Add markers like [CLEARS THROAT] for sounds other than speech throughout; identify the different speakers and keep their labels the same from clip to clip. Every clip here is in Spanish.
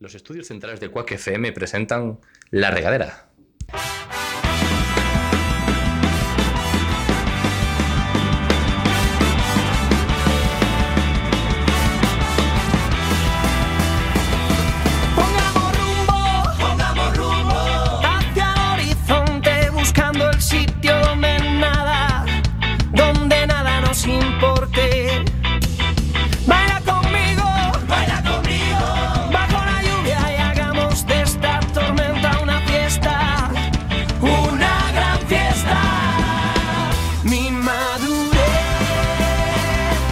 Speaker 1: Los estudios centrales de Quack FM presentan La Regadera.
Speaker 2: Pongamos rumbo, pongamos rumbo hacia el horizonte buscando el sitio donde nada, donde nada nos importe. Baila conmigo, baila conmigo bajo la lluvia y hagamos de esta tormenta una fiesta, una gran fiesta. Mi madurez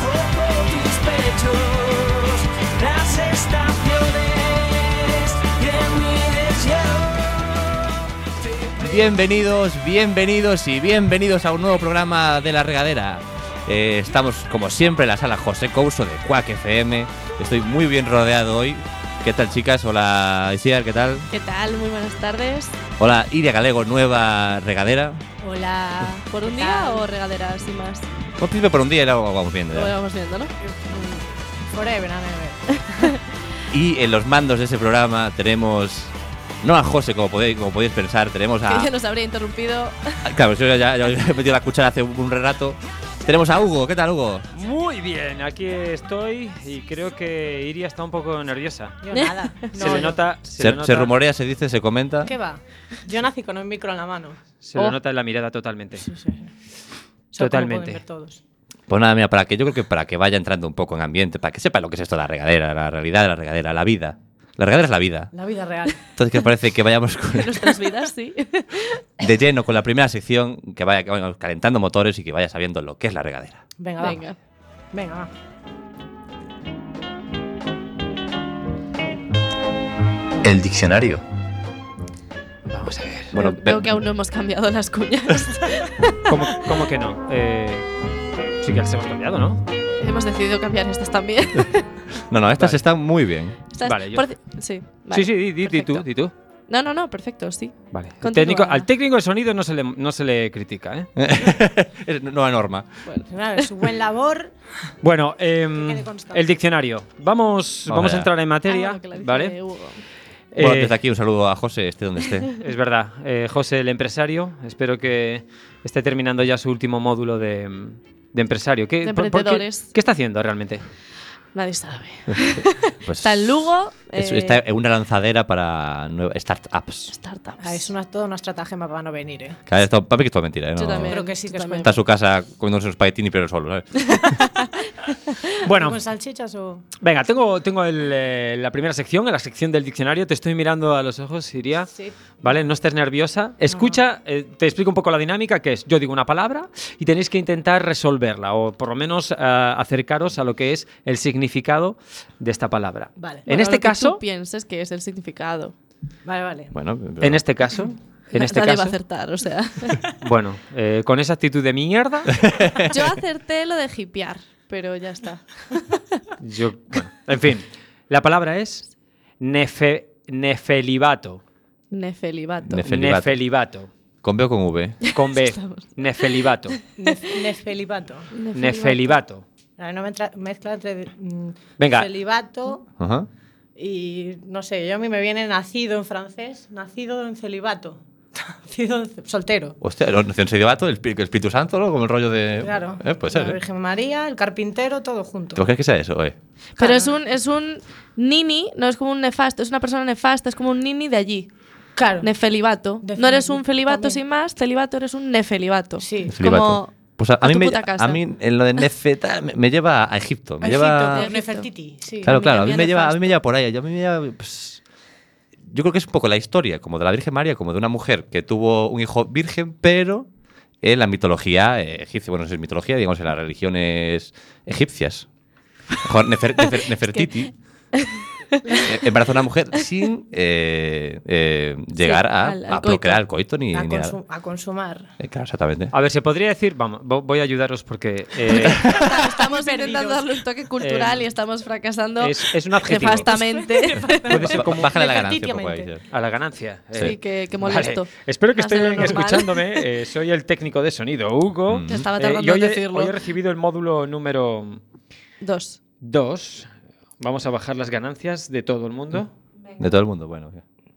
Speaker 2: toco tus pechos, las estaciones y en mi deseo.
Speaker 3: Bienvenidos, bienvenidos y bienvenidos a un nuevo programa de La Regadera. Eh, estamos, como siempre, en la sala José Couso de Quack FM. Estoy muy bien rodeado hoy. ¿Qué tal, chicas? Hola, Isiar, ¿qué tal?
Speaker 4: ¿Qué tal? Muy buenas tardes.
Speaker 3: Hola, Iria Galego, nueva regadera.
Speaker 4: Hola. ¿Por un día o regaderas y más?
Speaker 3: Por principio por un día y luego vamos viendo.
Speaker 4: Lo
Speaker 3: ya.
Speaker 4: vamos viendo, ¿no?
Speaker 5: Forever and
Speaker 4: [LAUGHS]
Speaker 5: ever.
Speaker 3: Y en los mandos de ese programa tenemos. No a José, como podéis, como podéis pensar, tenemos a.
Speaker 4: [LAUGHS]
Speaker 6: Ah.
Speaker 4: Que ya nos habría interrumpido.
Speaker 3: Claro, yo ya, ya he metido la cuchara hace un rato. Tenemos a Hugo, ¿qué tal, Hugo?
Speaker 6: Muy bien, aquí estoy y creo que Iria está un poco nerviosa.
Speaker 4: [LAUGHS]
Speaker 5: Yo nada.
Speaker 6: se, le nota, se,
Speaker 3: Se,
Speaker 6: le nota,
Speaker 3: se rumorea, se dice, se comenta.
Speaker 5: ¿Qué va? Yo nací con un micro en la mano.
Speaker 6: se le
Speaker 5: Oh.
Speaker 6: nota en la mirada totalmente.
Speaker 5: Solo que lo
Speaker 6: Totalmente.
Speaker 5: pueden ver todos.
Speaker 3: Pues nada, mira, para que yo creo que para que vaya entrando un poco en ambiente, para que sepa lo que es esto de la regadera, la realidad de la regadera, la vida. La regadera es la vida.
Speaker 5: La vida real.
Speaker 3: Entonces, que parece que vayamos
Speaker 4: [LAUGHS]
Speaker 3: con-
Speaker 4: Nuestras vidas, sí.
Speaker 3: [LAUGHS] de lleno con la primera sección, que vaya que vayamos calentando motores y que vaya sabiendo lo que es la regadera.
Speaker 5: Venga,
Speaker 4: Venga.
Speaker 5: va. Venga, va.
Speaker 1: El diccionario.
Speaker 6: Vamos a ver.
Speaker 3: Bueno,
Speaker 4: Veo- Veo
Speaker 3: ve-
Speaker 4: que aún no hemos cambiado las [LAUGHS] cuñas.
Speaker 6: ¿Cómo, cómo que no? Eh, sí que las hemos cambiado, ¿no?
Speaker 4: hemos decidido cambiar estas
Speaker 6: [LAUGHS]
Speaker 4: también.
Speaker 3: no, no, estas
Speaker 6: Vale.
Speaker 3: están muy bien. [LAUGHS]
Speaker 4: Estas-
Speaker 6: Vale, yo-
Speaker 4: por ci- Sí, vale.
Speaker 6: sí, sí, di, di- di tú,
Speaker 4: perfecto.
Speaker 6: di tú.
Speaker 4: No, no, no, perfecto, sí.
Speaker 6: Vale. El
Speaker 4: Continúa.
Speaker 6: técnico, al técnico de sonido no se le, no se le critica, ¿eh?
Speaker 3: Es nueva norma.
Speaker 5: Claro, su buen labor.
Speaker 6: Bueno, em,
Speaker 5: Que quede constancia.
Speaker 6: el diccionario. Vamos,
Speaker 3: Vamos
Speaker 6: vamos a
Speaker 3: allá.
Speaker 6: entrar en materia,
Speaker 4: Ah, bueno, que la dice
Speaker 6: ¿vale?
Speaker 4: Hugo.
Speaker 3: Bueno,
Speaker 6: Eh,
Speaker 3: desde aquí un saludo a José, esté donde
Speaker 4: [LAUGHS]
Speaker 3: esté.
Speaker 6: Es verdad, eh, José el empresario, espero que esté terminando ya su último módulo de, de empresario.
Speaker 4: De
Speaker 6: ¿Qué, por- por qué-
Speaker 4: emprendedores.
Speaker 6: qué está haciendo realmente?
Speaker 4: Nadie
Speaker 6: [LAUGHS]
Speaker 4: sabe.
Speaker 3: Pues,
Speaker 4: Está en Lugo.
Speaker 3: es-
Speaker 4: eh,
Speaker 3: está en una lanzadera para nue- startups.
Speaker 4: Startups.
Speaker 5: Ah, es una, toda una estratagema para no venir, ¿eh?
Speaker 3: Claro, esto- papi, que esto es mentira, ¿eh?
Speaker 4: Yo
Speaker 3: No-
Speaker 4: también.
Speaker 5: Creo que sí
Speaker 4: yo
Speaker 5: que es
Speaker 4: también.
Speaker 3: Está en su casa comiéndose unos paetini pero solo, ¿sabes?
Speaker 6: Bueno,
Speaker 4: Pues-
Speaker 5: ¿Con salchichas o.?
Speaker 6: venga, tengo, tengo el, eh, la primera sección, la sección del diccionario. Te estoy mirando a los ojos, Iria.
Speaker 5: Sí.
Speaker 6: ¿Vale? No estés nerviosa. Escucha, eh, te explico un poco la dinámica, que es yo digo una palabra y tenéis que intentar resolverla o por lo menos eh, acercaros a lo que es el significado de esta palabra.
Speaker 5: Vale.
Speaker 6: En
Speaker 4: Bueno,
Speaker 6: este
Speaker 4: lo que
Speaker 6: caso,
Speaker 4: Tú pienses que es el significado.
Speaker 5: Vale, vale.
Speaker 3: Bueno, pero-
Speaker 6: en este caso,
Speaker 4: [LAUGHS]
Speaker 6: en este
Speaker 4: Nadie va a
Speaker 6: caso,
Speaker 4: acertar, o
Speaker 6: [LAUGHS]
Speaker 4: sea.
Speaker 6: Bueno, eh, con esa actitud de mierda,
Speaker 4: Yo acerté lo de hipear, pero ya está.
Speaker 6: yo. bueno, en fin, la palabra es nefe- nefelibato.
Speaker 4: Nefelibato.
Speaker 3: Nef- Nefelibato.
Speaker 6: Nefelibato.
Speaker 3: con B o con V.
Speaker 6: Con B.
Speaker 4: Estamos.
Speaker 6: Nefelibato.
Speaker 5: Nef- Nefelibato.
Speaker 6: Nefelibato.
Speaker 5: Ahora no me entra- mezcla entre. mm,
Speaker 6: Venga.
Speaker 5: Celibato
Speaker 3: Ajá.
Speaker 5: y. No sé, yo a mí me viene nacido en francés, nacido en celibato. [LAUGHS] Nacido en- soltero.
Speaker 3: Hostia, la nación se debato, el Espí- el Espíritu Santo, ¿no? Como el rollo de.
Speaker 5: Claro.
Speaker 3: Eh, puede
Speaker 5: La
Speaker 3: ser. ¿eh?
Speaker 5: Virgen María, el carpintero, todo junto.
Speaker 3: ¿Tú crees que sea eso, eh?
Speaker 4: Pero
Speaker 5: Claro.
Speaker 4: es un, es un nini, no es como un nefasto, es una persona nefasta, es como un nini de allí.
Speaker 5: Claro.
Speaker 4: Nefelibato. No eres un
Speaker 5: Definitivamente.
Speaker 4: felibato sin más, celibato eres un nefelibato.
Speaker 5: Sí.
Speaker 4: Es como.
Speaker 3: Pues a, a mí
Speaker 4: tu
Speaker 3: me,
Speaker 4: puta casa.
Speaker 3: a mí en lo de Nefeta me, me lleva a Egipto. Me
Speaker 5: Egipto,
Speaker 3: lleva.
Speaker 5: tío, Nefertiti, sí.
Speaker 3: Claro, claro, a mí,
Speaker 4: También
Speaker 3: me lleva, a mí
Speaker 4: nefasto.
Speaker 3: me lleva por ahí. Yo, a mí me lleva, pues, yo creo que es un poco la historia, como de la Virgen María, como de una mujer que tuvo un hijo virgen, pero en la mitología eh, egipcia, bueno, no sé, mitología, digamos, en las religiones egipcias. Joder,
Speaker 4: [LAUGHS]
Speaker 3: Nefer- Nefer- Nefertiti. eh, Embarazó a una mujer sin eh, eh, llegar a,
Speaker 4: al- al
Speaker 3: a procrear
Speaker 4: coito.
Speaker 3: al coito ni,
Speaker 5: A,
Speaker 3: ni nada.
Speaker 5: consu- a
Speaker 3: [LAUGHS]
Speaker 5: consumar.
Speaker 3: Eh, claro, exactamente.
Speaker 6: A ver, se podría decir. Vamos, vo- voy a ayudaros porque.
Speaker 4: [LAUGHS]
Speaker 6: eh,
Speaker 4: Estamos intentando darle un toque cultural
Speaker 6: Eh,
Speaker 4: y estamos fracasando
Speaker 6: es, Eh, es un adjetivo. [LAUGHS]
Speaker 4: nefastamente.
Speaker 6: Puede ser
Speaker 3: Ba-
Speaker 6: como.
Speaker 3: Bájale la ganancia un poco ahí.
Speaker 5: Nefertitiamente.
Speaker 6: A la ganancia. eh.
Speaker 4: Sí, que, que
Speaker 6: Vale.
Speaker 4: molesto.
Speaker 6: Espero que
Speaker 4: Más de lo
Speaker 6: estén
Speaker 4: normal.
Speaker 6: escuchándome. eh, soy el técnico de sonido, Hugo.
Speaker 3: Mm.
Speaker 4: Yo estaba
Speaker 6: Eh, y
Speaker 4: tardando en
Speaker 6: hoy he-
Speaker 4: decirlo.
Speaker 6: hoy he recibido el módulo número
Speaker 4: Dos.
Speaker 6: Dos, vamos a bajar las ganancias de todo el mundo. Venga.
Speaker 3: De todo el mundo, bueno.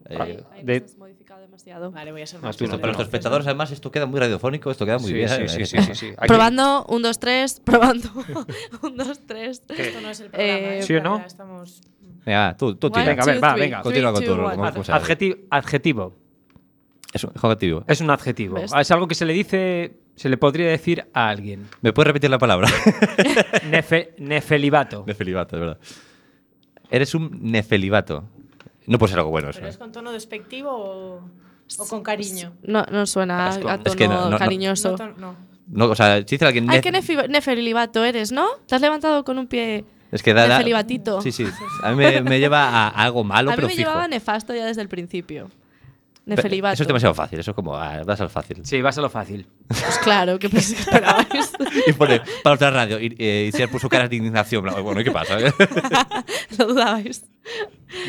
Speaker 3: Eh,
Speaker 4: Ahí, ahí
Speaker 6: de-
Speaker 4: nos has modificado demasiado.
Speaker 5: Vale, voy a ser
Speaker 6: No,
Speaker 5: más
Speaker 6: tú no,
Speaker 3: Ah, no,
Speaker 5: clara.
Speaker 3: para los espectadores, además, esto queda muy radiofónico, esto queda muy
Speaker 6: Sí,
Speaker 3: bien.
Speaker 6: sí,
Speaker 3: ¿eh? [LAUGHS]
Speaker 6: sí, sí, sí, sí. [LAUGHS] Aquí-
Speaker 4: Probando, un, dos, tres, [LAUGHS] probando, un, dos, tres.
Speaker 5: Esto no es el programa.
Speaker 4: Eh,
Speaker 5: ¿eh?
Speaker 6: ¿Sí o no?
Speaker 5: Ya Estamos...
Speaker 3: Venga, tú, tú tira.
Speaker 6: Venga, a ver, va,
Speaker 4: three.
Speaker 6: venga.
Speaker 3: Continúa con
Speaker 4: Three,
Speaker 3: tu
Speaker 4: two, one.
Speaker 3: ¿Cómo
Speaker 6: Ad-
Speaker 3: se llama?
Speaker 6: adjeti- adjetivo.
Speaker 3: Es un objetivo.
Speaker 6: Es un adjetivo.
Speaker 4: ¿Ves?
Speaker 6: Es algo que se le dice, se le podría decir a alguien.
Speaker 3: ¿Me puedes repetir la palabra? [LAUGHS]
Speaker 6: Nefe- nefelibato.
Speaker 3: nefelibato, es verdad. Eres un nefelibato. No puede ser algo bueno eso.
Speaker 5: ¿Pero
Speaker 3: ¿eh?
Speaker 5: es con tono despectivo o, o con cariño?
Speaker 4: No, no suena
Speaker 3: Es
Speaker 4: a-
Speaker 3: como-
Speaker 4: a
Speaker 3: es
Speaker 4: tono
Speaker 3: que no, no, no.
Speaker 4: cariñoso.
Speaker 5: No, ton- no.
Speaker 3: No, o sea, si dice alguien.
Speaker 4: Ay,
Speaker 3: nef-
Speaker 4: qué nefi- neferilibato eres, ¿no? Te has levantado con un pie.
Speaker 3: es que da, da-
Speaker 4: nefelibatito.
Speaker 3: Sí, sí. A mí me, me lleva a algo malo,
Speaker 4: a mí
Speaker 3: pero
Speaker 4: me
Speaker 3: fijo.
Speaker 4: llevaba nefasto ya desde el principio.
Speaker 3: Pe-
Speaker 4: Nefelibato.
Speaker 3: Eso es demasiado fácil. Eso es como. ah, das al fácil.
Speaker 6: Sí, vas a lo fácil.
Speaker 4: Pues [LAUGHS] claro, ¿qué pensáis que esperabais?
Speaker 3: [LAUGHS] Y pone para otra radio. Y, eh, y se puso caras de indignación. bla, Bueno, ¿y qué pasa?
Speaker 4: Lo dudabais.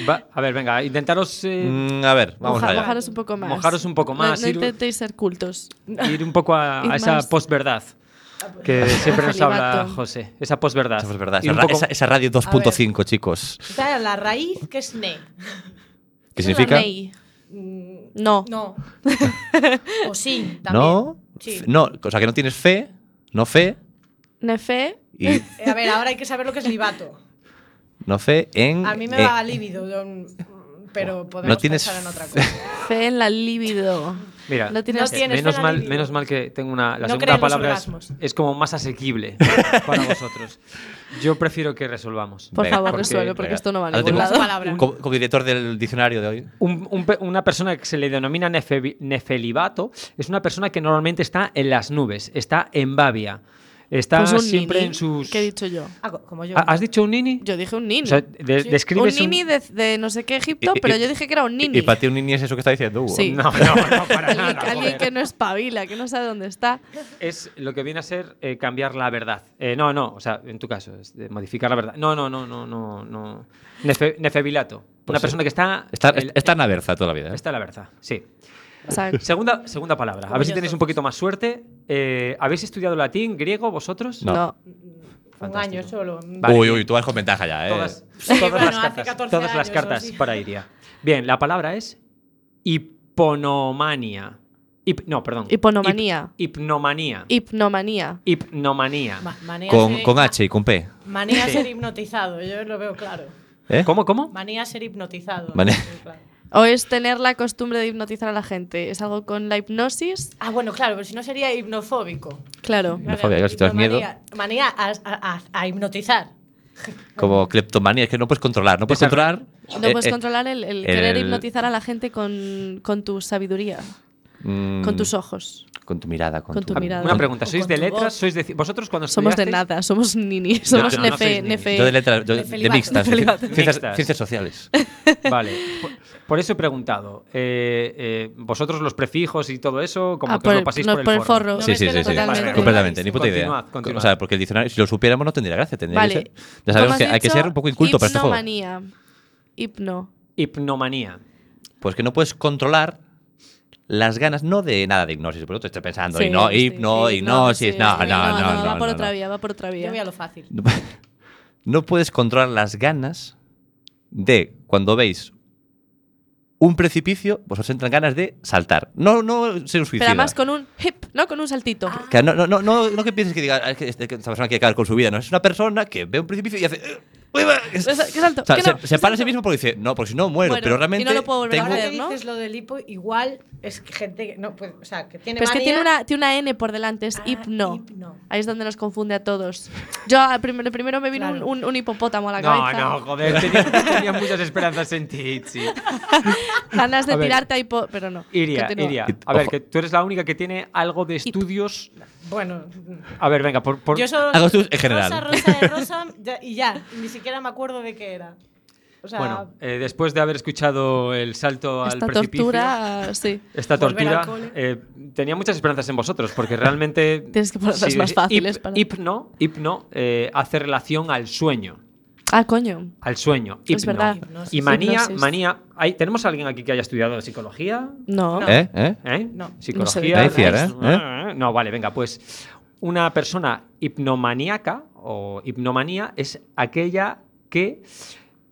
Speaker 6: Va- a ver, venga, intentaros eh,
Speaker 3: [LAUGHS] Mm, a ver, vamos
Speaker 4: Moja-
Speaker 3: allá.
Speaker 4: Mojaros un poco más.
Speaker 6: Mojaros un poco
Speaker 4: No-
Speaker 6: más,
Speaker 4: No,
Speaker 6: ir-
Speaker 4: intentéis ser cultos.
Speaker 5: Mm.
Speaker 6: ir un poco a,
Speaker 4: Ir
Speaker 6: a esa
Speaker 4: más.
Speaker 6: posverdad
Speaker 5: Ah, pues.
Speaker 6: que siempre nos habla
Speaker 4: Celibato.
Speaker 6: José. Esa posverdad.
Speaker 3: Eso es verdad.
Speaker 6: Ir
Speaker 3: Esa,
Speaker 6: un
Speaker 3: ra-
Speaker 6: poco-
Speaker 3: esa- esa radio 2.5, chicos.
Speaker 5: Está la raíz que es ne.
Speaker 3: ¿Qué
Speaker 4: Es una
Speaker 3: significa?
Speaker 4: ley.
Speaker 5: Mm,
Speaker 4: No.
Speaker 5: No. o sí, también.
Speaker 3: No,
Speaker 5: Sí.
Speaker 3: F- no, o sea que no tienes fe, no fe
Speaker 4: Nefe.
Speaker 3: y
Speaker 5: Eh, A ver, ahora hay que saber lo que es libato.
Speaker 3: no fe en.
Speaker 5: A mí me
Speaker 3: eh,
Speaker 5: va líbido, don- pero podemos
Speaker 3: tienes
Speaker 5: pensar en otra cosa.
Speaker 4: Fe en la libido.
Speaker 6: Mira,
Speaker 4: No tienes-
Speaker 6: eh,
Speaker 5: tienes
Speaker 6: menos,
Speaker 5: pena
Speaker 6: mal,
Speaker 5: libido.
Speaker 6: menos mal que tengo una. La
Speaker 5: No
Speaker 6: segunda
Speaker 5: creo en los
Speaker 6: palabra es,
Speaker 5: orgasmos.
Speaker 6: es como más asequible
Speaker 5: [LAUGHS]
Speaker 6: para vosotros. Yo prefiero que resolvamos.
Speaker 4: Por
Speaker 3: Venga,
Speaker 4: favor,
Speaker 6: porque-
Speaker 4: resuelve, porque
Speaker 3: venga.
Speaker 4: esto no va a
Speaker 3: Ahora
Speaker 4: ningún
Speaker 3: tengo-
Speaker 4: lado.
Speaker 5: palabra.
Speaker 3: Como, como director del diccionario de hoy.
Speaker 6: Un- un pe- una persona que se le denomina nefe- nefelibato es una persona que normalmente está en las nubes, está en Babia, está
Speaker 4: Pues un
Speaker 6: siempre
Speaker 4: nini,
Speaker 6: en sus.
Speaker 4: ¿Qué he dicho yo?
Speaker 5: Ah, co- como yo.
Speaker 6: ¿Ha- ¿Has dicho un nini?
Speaker 4: Yo dije un nini.
Speaker 6: O sea, de-
Speaker 5: Sí.
Speaker 4: un
Speaker 6: describes.
Speaker 4: nini de, de no sé qué Egipto,
Speaker 3: Y- y-
Speaker 4: pero yo dije que era un nini.
Speaker 3: Y, y para ti un nini es eso que está diciendo Hugo.
Speaker 4: Sí.
Speaker 6: [LAUGHS] No, no, Ah, no,
Speaker 4: [LAUGHS]
Speaker 6: para
Speaker 4: alguien,
Speaker 6: nada.
Speaker 4: alguien
Speaker 6: joder.
Speaker 4: que no espabila, que no sabe dónde está.
Speaker 6: Es lo que viene a ser eh, cambiar la verdad. Eh, no, no, o sea, en tu caso, es de modificar la verdad. No, no, no, no, no. no. Nefe- nefebilato. una
Speaker 3: sí.
Speaker 6: persona que está.
Speaker 3: Pues, eh, Está,
Speaker 6: el-
Speaker 3: está en la berza toda la vida. ¿eh?
Speaker 6: está en la verdad, sí.
Speaker 4: O sea,
Speaker 6: Segunda, segunda palabra. A
Speaker 5: Como
Speaker 6: ver si
Speaker 5: yo
Speaker 6: tenéis un
Speaker 5: todos.
Speaker 6: poquito más suerte. Eh, ¿Habéis estudiado latín, griego, vosotros?
Speaker 4: no.
Speaker 5: Un año solo.
Speaker 6: Vale.
Speaker 3: Uy, uy, tú vas con ventaja ya, ¿eh?
Speaker 6: Todas,
Speaker 5: Sí,
Speaker 6: todas
Speaker 5: bueno,
Speaker 6: las
Speaker 5: hace
Speaker 6: cartas,
Speaker 5: 14
Speaker 6: todas las
Speaker 5: años,
Speaker 6: cartas
Speaker 5: o sí.
Speaker 6: para Iria. Bien, la palabra es hiponomania. Hip- no, perdón.
Speaker 4: Hiponomanía.
Speaker 6: Hip- hipnomanía.
Speaker 4: Hipnomanía.
Speaker 6: hipnomanía.
Speaker 5: Ma- manía
Speaker 3: Con,
Speaker 5: ser-
Speaker 3: con H y con P.
Speaker 5: Manía
Speaker 6: Sí.
Speaker 5: ser hipnotizado, yo lo veo claro.
Speaker 3: ¿Eh?
Speaker 6: ¿Cómo, cómo?
Speaker 5: Manía ser hipnotizado.
Speaker 3: Mane-
Speaker 5: lo veo claro.
Speaker 4: O es tener la costumbre de hipnotizar a la gente. ¿Es algo con la hipnosis?
Speaker 5: Ah, bueno, claro, pero si no sería hipnofóbico.
Speaker 4: Claro.
Speaker 5: Claro,
Speaker 3: Hipnofobia, claro, si te das miedo.
Speaker 5: hipnomanía- Manía a, a- a- a hipnotizar.
Speaker 3: Como cleptomanía, es que no puedes controlar. No puedes
Speaker 6: Esa-
Speaker 3: controlar.
Speaker 4: No
Speaker 3: eh,
Speaker 4: puedes
Speaker 3: eh,
Speaker 4: controlar el, el querer
Speaker 3: el-
Speaker 4: hipnotizar a la gente con, con tu sabiduría,
Speaker 3: mm,
Speaker 4: con tus ojos.
Speaker 3: Con tu mirada. Con,
Speaker 4: con tu
Speaker 6: Ah,
Speaker 4: mirada.
Speaker 6: Una pregunta,
Speaker 5: O
Speaker 6: ¿sois
Speaker 5: con
Speaker 6: de
Speaker 5: tu
Speaker 6: letras?
Speaker 5: voz.
Speaker 6: ¿Sois de ci- vosotros cuando
Speaker 4: Somos de
Speaker 6: estudiasteis?
Speaker 4: nada, somos nini, somos
Speaker 6: no, no
Speaker 4: nefe,
Speaker 6: sois nini.
Speaker 4: nefe.
Speaker 3: Yo de letras, yo de,
Speaker 5: de
Speaker 3: de mixtas, de
Speaker 4: Felibato.
Speaker 3: ci- ciencias,
Speaker 6: Mixtas.
Speaker 3: ciencias sociales.
Speaker 6: [LAUGHS] Vale, por, por eso he preguntado. Eh, eh, ¿Vosotros los prefijos y todo eso, como
Speaker 4: Ah,
Speaker 6: que
Speaker 4: por
Speaker 6: os lo
Speaker 4: el-
Speaker 6: paséis
Speaker 4: no,
Speaker 6: por el
Speaker 4: por el
Speaker 6: forro?
Speaker 4: forro.
Speaker 3: sí,
Speaker 5: es
Speaker 3: sí,
Speaker 5: que
Speaker 3: sí,
Speaker 5: no
Speaker 3: sí.
Speaker 5: totalmente.
Speaker 3: Completamente, ni puta idea.
Speaker 6: Continuad, continuad.
Speaker 3: O sea, porque el diccionario, si lo supiéramos, no tendría gracia. Tendría
Speaker 4: Vale.
Speaker 3: que ser- ya sabemos
Speaker 4: ¿Cómo
Speaker 3: que
Speaker 4: has
Speaker 3: hay que
Speaker 4: dicho?
Speaker 3: ser un poco inculto para este juego.
Speaker 4: Hipnomanía. Hipno.
Speaker 6: Hipnomanía.
Speaker 3: Pues que no puedes controlar las ganas, no de nada de hipnosis, por otro, estoy pensando,
Speaker 4: Sí,
Speaker 3: y no,
Speaker 4: sí,
Speaker 3: hipno,
Speaker 4: sí,
Speaker 3: hipnosis,
Speaker 4: sí,
Speaker 3: no,
Speaker 4: sí,
Speaker 3: no, no, no.
Speaker 4: Va por
Speaker 3: no,
Speaker 4: otra
Speaker 3: no.
Speaker 4: vía, va por otra
Speaker 5: Yo
Speaker 4: vía.
Speaker 5: voy a lo fácil.
Speaker 3: No puedes controlar las ganas de cuando veis un precipicio, pues os entran ganas de saltar. No, no ser un
Speaker 4: Pero
Speaker 3: suicida.
Speaker 4: además con un hip, no con un saltito.
Speaker 6: Ah,
Speaker 3: Que no, no, no, no, no que pienses que diga, "Ah, es que este- que esta persona quiere acabar con su vida, no, es una persona que ve un precipicio y hace... "Eh, uy, va", es-
Speaker 4: Pues, ¿Qué salto?
Speaker 3: o sea,
Speaker 4: ¿Qué
Speaker 3: se,
Speaker 4: no?
Speaker 3: se para a sí mismo porque dice, no, porque si no muero,
Speaker 4: Muero,
Speaker 3: pero
Speaker 4: y
Speaker 3: realmente
Speaker 4: no lo puedo volver a
Speaker 3: tengo-
Speaker 5: Ahora que
Speaker 4: Joder, ¿no?
Speaker 5: dices lo del hipo, igual es que gente que no puede, o sea, que tiene
Speaker 4: Pero es que
Speaker 5: manía-
Speaker 4: tiene una, tiene una N por delante, es
Speaker 5: Ah,
Speaker 4: hipno.
Speaker 5: hipno.
Speaker 4: Ahí es donde nos confunde a todos. Yo al prim- primero, me vino
Speaker 5: Claro.
Speaker 4: un, un- un hipopótamo a la
Speaker 6: No,
Speaker 4: cabeza.
Speaker 6: no, joder, tenía, tenía muchas esperanzas en ti, Itzi.
Speaker 4: Ganas de
Speaker 6: A ver.
Speaker 4: tirarte a hipo... Pero no.
Speaker 6: Iria,
Speaker 4: Continúa.
Speaker 6: Iria.
Speaker 3: It-
Speaker 6: A ver,
Speaker 3: ojo.
Speaker 6: que tú eres la única que tiene algo de estudios.
Speaker 5: Bueno,
Speaker 6: A ver, venga, por. por-
Speaker 5: yo solo
Speaker 3: Hago tú en general.
Speaker 5: Rosa, rosa de rosa ya- y ya, ni siquiera me acuerdo de qué era. O sea,
Speaker 6: Bueno, eh, después de haber escuchado el salto al
Speaker 4: Esta
Speaker 6: precipicio.
Speaker 4: tortura, sí.
Speaker 6: Esta
Speaker 5: Volver
Speaker 6: tortura
Speaker 5: al cole.
Speaker 6: eh, tenía muchas esperanzas en vosotros, porque realmente.
Speaker 4: [LAUGHS] Tienes que ponerlas más
Speaker 6: hip-
Speaker 4: fáciles para-
Speaker 6: Hipno, hipno eh, hace relación al sueño.
Speaker 4: Ah, coño.
Speaker 6: Al sueño.
Speaker 4: Es
Speaker 6: hipno.
Speaker 4: verdad.
Speaker 6: Y manía,
Speaker 4: Hipnosis.
Speaker 6: manía. ¿hay- ¿Tenemos a alguien aquí que haya estudiado psicología?
Speaker 4: No.
Speaker 3: ¿Eh? ¿Eh?
Speaker 6: ¿Eh?
Speaker 5: No.
Speaker 4: No sé de
Speaker 6: Psicología.
Speaker 4: qué
Speaker 3: Ahí cierra,
Speaker 6: ¿eh? No, vale, venga, pues una persona hipnomaniaca o hipnomanía es aquella que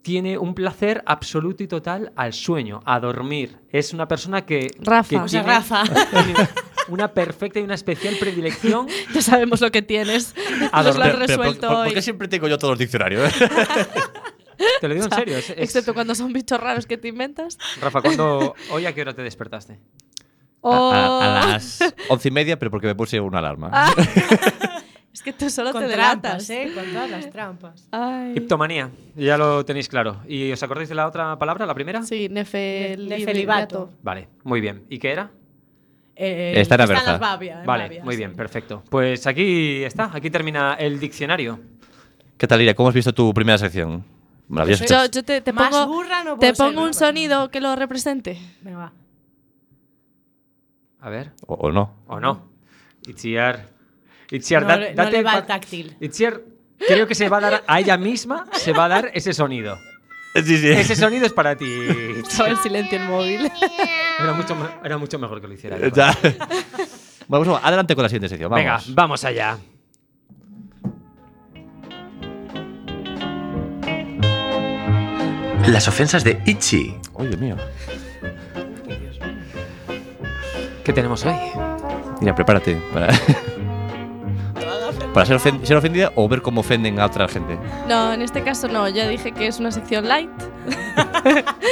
Speaker 6: tiene un placer absoluto y total al sueño, a dormir. Es una persona que.
Speaker 4: Rafa.
Speaker 6: que
Speaker 4: O
Speaker 5: sea,
Speaker 6: [LAUGHS] tiene
Speaker 5: Rafa.
Speaker 6: una- Una perfecta y una especial predilección
Speaker 4: [LAUGHS] Ya sabemos lo que tienes.
Speaker 6: A
Speaker 4: Nos lo has
Speaker 3: Pero,
Speaker 6: dormir.
Speaker 3: ¿por-
Speaker 4: resuelto
Speaker 3: por, por
Speaker 4: hoy.
Speaker 3: qué siempre tengo yo todos los
Speaker 4: [LAUGHS]
Speaker 3: diccionarios?
Speaker 6: Te lo digo en serio. es- es-
Speaker 4: Excepto cuando son bichos raros que te inventas.
Speaker 6: Rafa, cuando ¿hoy a qué hora te despertaste?
Speaker 4: O...
Speaker 3: A, a- a las once y media, pero porque me puse una alarma.
Speaker 4: Oh. Ah. [LAUGHS] es que tú solo
Speaker 5: Con
Speaker 4: te
Speaker 5: trampas,
Speaker 4: delatas.
Speaker 5: ¿eh? Con todas las trampas.
Speaker 4: Ay.
Speaker 6: Criptomanía, ya lo tenéis claro. ¿Y os acordáis de la otra palabra, la primera?
Speaker 4: Sí, nefel...
Speaker 5: Nefelibato.
Speaker 6: Vale, muy bien. ¿Y qué era?
Speaker 5: Eh,
Speaker 3: Esta era
Speaker 5: está en
Speaker 3: Berza.
Speaker 5: las Babia, en
Speaker 6: Vale,
Speaker 5: Babia,
Speaker 6: muy
Speaker 5: sí.
Speaker 6: bien, perfecto. Pues aquí está, aquí termina el diccionario.
Speaker 3: ¿Qué tal, Iria? ¿Cómo has visto tu primera sección? Maravillosa.
Speaker 4: Yo, yo te, te
Speaker 5: Más
Speaker 4: pongo,
Speaker 5: burra
Speaker 4: te
Speaker 5: no puedo ser,
Speaker 4: pongo un
Speaker 5: Rafa.
Speaker 4: sonido que lo represente. [LAUGHS]
Speaker 5: Venga, va.
Speaker 6: A ver,
Speaker 3: O, o no.
Speaker 6: ¿o no? Itziar. Itziar,
Speaker 5: No
Speaker 6: da-
Speaker 5: le- no
Speaker 6: date
Speaker 5: le va
Speaker 6: pa-
Speaker 5: el táctil.
Speaker 6: Itziar, creo que se va a dar a ella misma, se va a dar ese sonido.
Speaker 3: Sí, sí.
Speaker 6: Ese sonido es para ti. Itziar.
Speaker 4: Todo el silencio en móvil. [LAUGHS]
Speaker 6: Era mucho, me- era mucho mejor que lo hiciera. yo.
Speaker 3: [LAUGHS] Ya. pues Vamos, vamos, adelante con la siguiente sección.
Speaker 6: Venga,
Speaker 3: Vamos.
Speaker 6: vamos allá.
Speaker 1: Las ofensas de Ichi.
Speaker 3: Uy, Dios mío.
Speaker 6: ¿Qué tenemos hoy?
Speaker 3: Mira, prepárate para, [LAUGHS] para ser, ofen- ser ofendida o ver cómo ofenden a otra gente.
Speaker 4: No, en este caso no. Ya dije que es una sección light.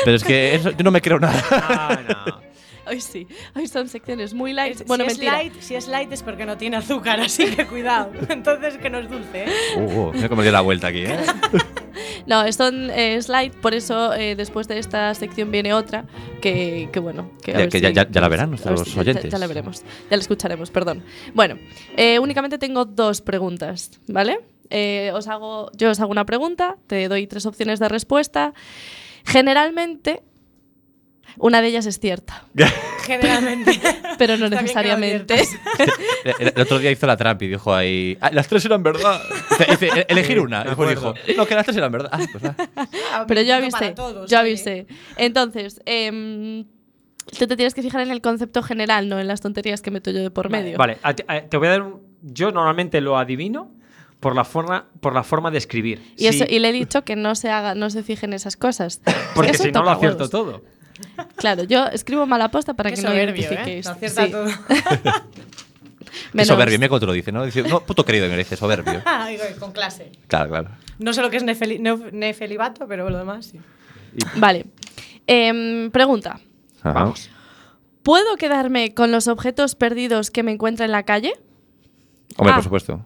Speaker 3: Pero es que eso- yo no me creo nada.
Speaker 6: Ah, no.
Speaker 4: Hoy sí. Hoy son secciones muy light.
Speaker 5: Es-
Speaker 4: bueno,
Speaker 5: si
Speaker 4: mentira.
Speaker 5: Es light, si es light es porque no tiene azúcar, [LAUGHS] así
Speaker 4: [LAUGHS]
Speaker 5: que cuidado. Entonces que no es dulce. ¿eh?
Speaker 3: [LAUGHS] Uh, uh, mira cómo le dio la vuelta aquí, ¿eh?
Speaker 4: No, son eh, es light. Por eso eh, después de esta sección viene otra. Que, que bueno. Que, a
Speaker 3: Ya-
Speaker 4: ver
Speaker 3: que
Speaker 4: si- pues,
Speaker 3: ya- ya- ya la verán
Speaker 4: a ver
Speaker 3: nuestros
Speaker 4: si- ya-
Speaker 3: oyentes.
Speaker 4: Ya, la veremos. Ya la escucharemos, perdón. Bueno, eh, únicamente tengo dos preguntas, ¿vale? Eh, os hago, yo os hago una pregunta, te doy tres opciones de respuesta. Generalmente, una de ellas es cierta,
Speaker 5: Generalmente.
Speaker 4: pero no
Speaker 5: Está bien que lo
Speaker 4: necesariamente.
Speaker 5: adviertas.
Speaker 3: El, el otro día hizo la trampa y dijo ahí. "Ah, las tres eran verdad. Dice, "E- elegir
Speaker 6: Sí,
Speaker 3: una.
Speaker 6: me
Speaker 3: Y después dijo,
Speaker 6: acuerdo.
Speaker 3: no, que las tres eran verdad. Ah, pues va.
Speaker 4: [LAUGHS] Pero yo
Speaker 5: Para
Speaker 4: avisé.
Speaker 5: todos,
Speaker 4: yo
Speaker 5: ¿eh?
Speaker 4: avisé. Entonces, em, tú te tienes que fijar en el concepto general, no en las tonterías que meto yo de por medio.
Speaker 6: Vale, a ti- a- te voy a dar un- Yo normalmente lo adivino por la forma, por la forma de escribir.
Speaker 4: Y, eso,
Speaker 6: Sí,
Speaker 4: y le he dicho que no se haga, no se fije en esas cosas.
Speaker 6: [LAUGHS] porque
Speaker 4: Es un
Speaker 6: si no lo acierto
Speaker 4: tocahuevos.
Speaker 6: todo.
Speaker 4: Claro, yo escribo mala posta para
Speaker 5: Qué
Speaker 4: que no
Speaker 5: soberbio, ¿eh?
Speaker 4: identifiquéis.
Speaker 5: Lo acierta
Speaker 4: Sí. [LAUGHS]
Speaker 5: todo. [LAUGHS]
Speaker 3: Qué
Speaker 4: Menos-
Speaker 3: soberbio, mira cómo te lo dice, ¿no? Dice, no, puto querido, me dice soberbio.
Speaker 5: Ay, güey, con clase.
Speaker 3: Claro, claro.
Speaker 5: No sé lo que es nefeli- nef- nefelibato, pero lo demás sí.
Speaker 4: Vale. Em, pregunta.
Speaker 3: Ajá.
Speaker 6: Vamos.
Speaker 4: ¿Puedo quedarme con los objetos perdidos que me encuentro en la calle? [LAUGHS]
Speaker 3: Hombre,
Speaker 4: Ah.
Speaker 3: por supuesto.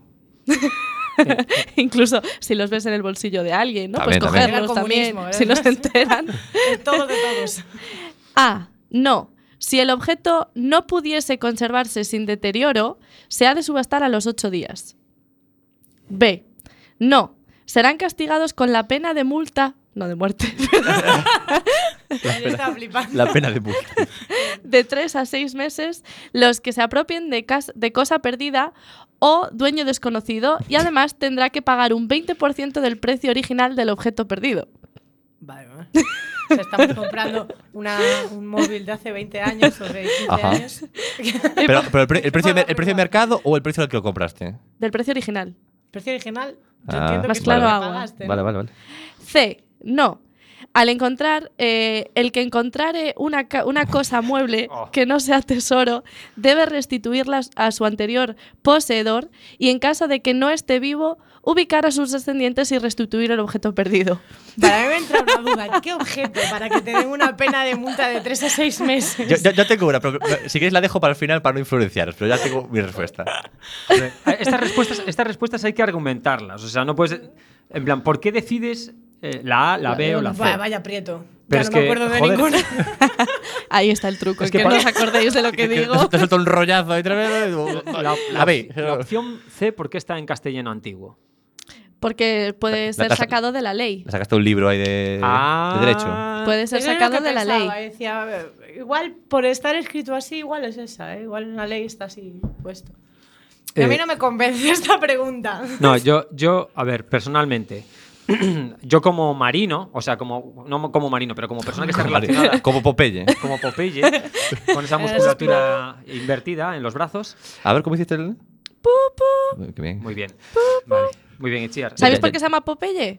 Speaker 4: Incluso si los ves en el bolsillo de alguien, ¿no?
Speaker 3: También,
Speaker 4: pues
Speaker 3: también.
Speaker 4: cogerlos
Speaker 5: Era
Speaker 4: también,
Speaker 5: comunismo, ¿eh?
Speaker 4: si los enteran.
Speaker 5: [LAUGHS] De todos, de
Speaker 4: [LAUGHS]
Speaker 5: todos. [LAUGHS]
Speaker 4: A. No. Si el objeto no pudiese conservarse sin deterioro, se ha de subastar a los ocho días. B. No. Serán castigados con la pena de multa, no de muerte, [LAUGHS]
Speaker 5: Yo estaba flipando.
Speaker 3: La pena de puta.
Speaker 4: de tres a seis meses los que se apropien de, cas- de cosa perdida o dueño desconocido y además tendrá que pagar un 20% del precio original del objeto perdido.
Speaker 5: Vale, vale. O sea, estamos comprando una- un móvil de hace 20 años o de 15
Speaker 3: Ajá.
Speaker 4: [LAUGHS]
Speaker 5: años. [LAUGHS]
Speaker 3: Pero, pero el, pre- el precio de, mer-
Speaker 5: Paga
Speaker 3: el precio de
Speaker 5: igual.
Speaker 3: mercado o el precio al que lo compraste.
Speaker 4: Del precio original.
Speaker 5: Precio original. Yo
Speaker 3: Ah,
Speaker 5: entiendo
Speaker 3: Más
Speaker 5: que
Speaker 3: claro
Speaker 5: tú le
Speaker 4: agua.
Speaker 5: pagaste, ¿no?
Speaker 3: Vale, vale, vale.
Speaker 4: C. No. Al encontrar, eh, el que encontrare una, ca- una cosa mueble
Speaker 6: [LAUGHS] Oh.
Speaker 4: que no sea tesoro debe restituirla a su anterior poseedor y en caso de que no esté vivo, ubicar a sus descendientes y restituir el objeto perdido.
Speaker 5: Para mí me entra una duda. ¿Qué objeto para que te den una pena de multa de 3 a 6 meses?
Speaker 3: Yo, yo- yo tengo una, pero pero si queréis la dejo para el final para no influenciaros, pero ya tengo mi respuesta.
Speaker 6: [LAUGHS] Hombre, Estas respuestas, estas respuestas hay que argumentarlas. O sea, no puedes. En plan, ¿por qué decides eh, la A, la B o la C?
Speaker 5: Buah, vaya aprieto.
Speaker 6: Pero
Speaker 5: ya
Speaker 6: es
Speaker 5: no
Speaker 6: que,
Speaker 5: me acuerdo de
Speaker 6: joder. [LAUGHS]
Speaker 5: ninguna.
Speaker 4: Ahí está el truco,
Speaker 6: Es
Speaker 4: es
Speaker 6: que
Speaker 4: que,
Speaker 6: para-
Speaker 4: no os acordéis de
Speaker 3: [LAUGHS]
Speaker 4: lo que digo.
Speaker 3: Te suelto un rollazo ahí tremendo y digo,
Speaker 6: [LAUGHS] La,
Speaker 3: la B.
Speaker 6: la opción C, ¿por qué está en castellano antiguo?
Speaker 4: [LAUGHS] Porque puede
Speaker 3: La-
Speaker 4: ser
Speaker 3: la-
Speaker 4: sacado de la ley.
Speaker 3: Le sacaste un libro ahí de,
Speaker 6: Ah.
Speaker 3: Eh, de derecho.
Speaker 4: Puede ser
Speaker 5: Era lo
Speaker 4: sacado
Speaker 5: que
Speaker 4: de la
Speaker 5: pensaba,
Speaker 4: ley.
Speaker 5: y decía, a ver, igual por estar escrito así, igual es esa, ¿eh? igual en la ley está así puesto. Y
Speaker 6: Eh,
Speaker 5: a mí no me convence [LAUGHS] esta pregunta.
Speaker 6: No, yo, yo, a ver, personalmente, [CLEARS THROAT] yo como marino, o sea, como no como marino, pero como persona que está
Speaker 3: Como-
Speaker 6: relacionada
Speaker 3: Como Popeye.
Speaker 6: como
Speaker 3: [LAUGHS]
Speaker 6: Popeye, con esa musculatura invertida en los brazos.
Speaker 3: A ver, ¿cómo hiciste el...? Qué bien.
Speaker 6: Muy bien. Vale, Muy bien, Itziar.
Speaker 4: ¿Sabéis
Speaker 3: Ya,
Speaker 4: por
Speaker 3: ya.
Speaker 4: qué se llama Popeye?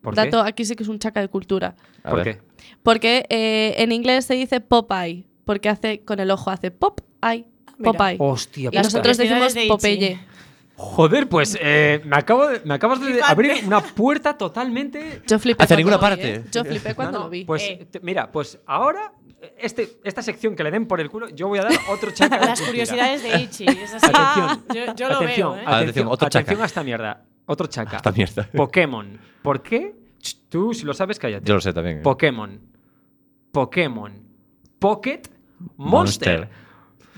Speaker 6: ¿Por qué?
Speaker 4: Dato, aquí sí que es un chaca de cultura.
Speaker 3: A
Speaker 6: ¿Por
Speaker 3: ver.
Speaker 6: qué?
Speaker 4: Porque eh, en inglés se dice Popeye, porque hace con el ojo hace pop eye,
Speaker 5: Mira.
Speaker 4: Popeye.
Speaker 6: Hostia,
Speaker 4: y
Speaker 6: puta.
Speaker 4: nosotros decimos
Speaker 5: Felicidades, Deichi.
Speaker 4: Popeye.
Speaker 6: Joder, pues eh, me, acabo de- me acabas de
Speaker 5: Flipante.
Speaker 6: abrir una puerta totalmente.
Speaker 4: Yo flipé
Speaker 3: Hacia
Speaker 4: cuando
Speaker 3: ninguna
Speaker 4: lo vi,
Speaker 3: parte.
Speaker 4: ¿eh? Yo [LAUGHS] flipé cuando
Speaker 6: No, no,
Speaker 4: lo vi.
Speaker 6: Pues
Speaker 5: Eh.
Speaker 6: te- mira, pues ahora, este, esta sección que le den por el culo, yo voy a dar otro chaca.
Speaker 5: [LAUGHS]
Speaker 6: de
Speaker 5: Las
Speaker 6: cultura.
Speaker 5: curiosidades de Ichi. Es así.
Speaker 6: Atención.
Speaker 5: Yo, yo lo
Speaker 6: atención, Ah,
Speaker 5: veo, ¿eh?
Speaker 6: Atención,
Speaker 3: Atención, otro chaca.
Speaker 6: atención a esta mierda. Otro chaca.
Speaker 3: Esta mierda.
Speaker 6: Pokémon. ¿Por qué? Ch, Tú, si lo sabes, cállate.
Speaker 3: Yo lo sé también. ¿eh?
Speaker 6: Pokémon. Pokémon. Pocket. Monster.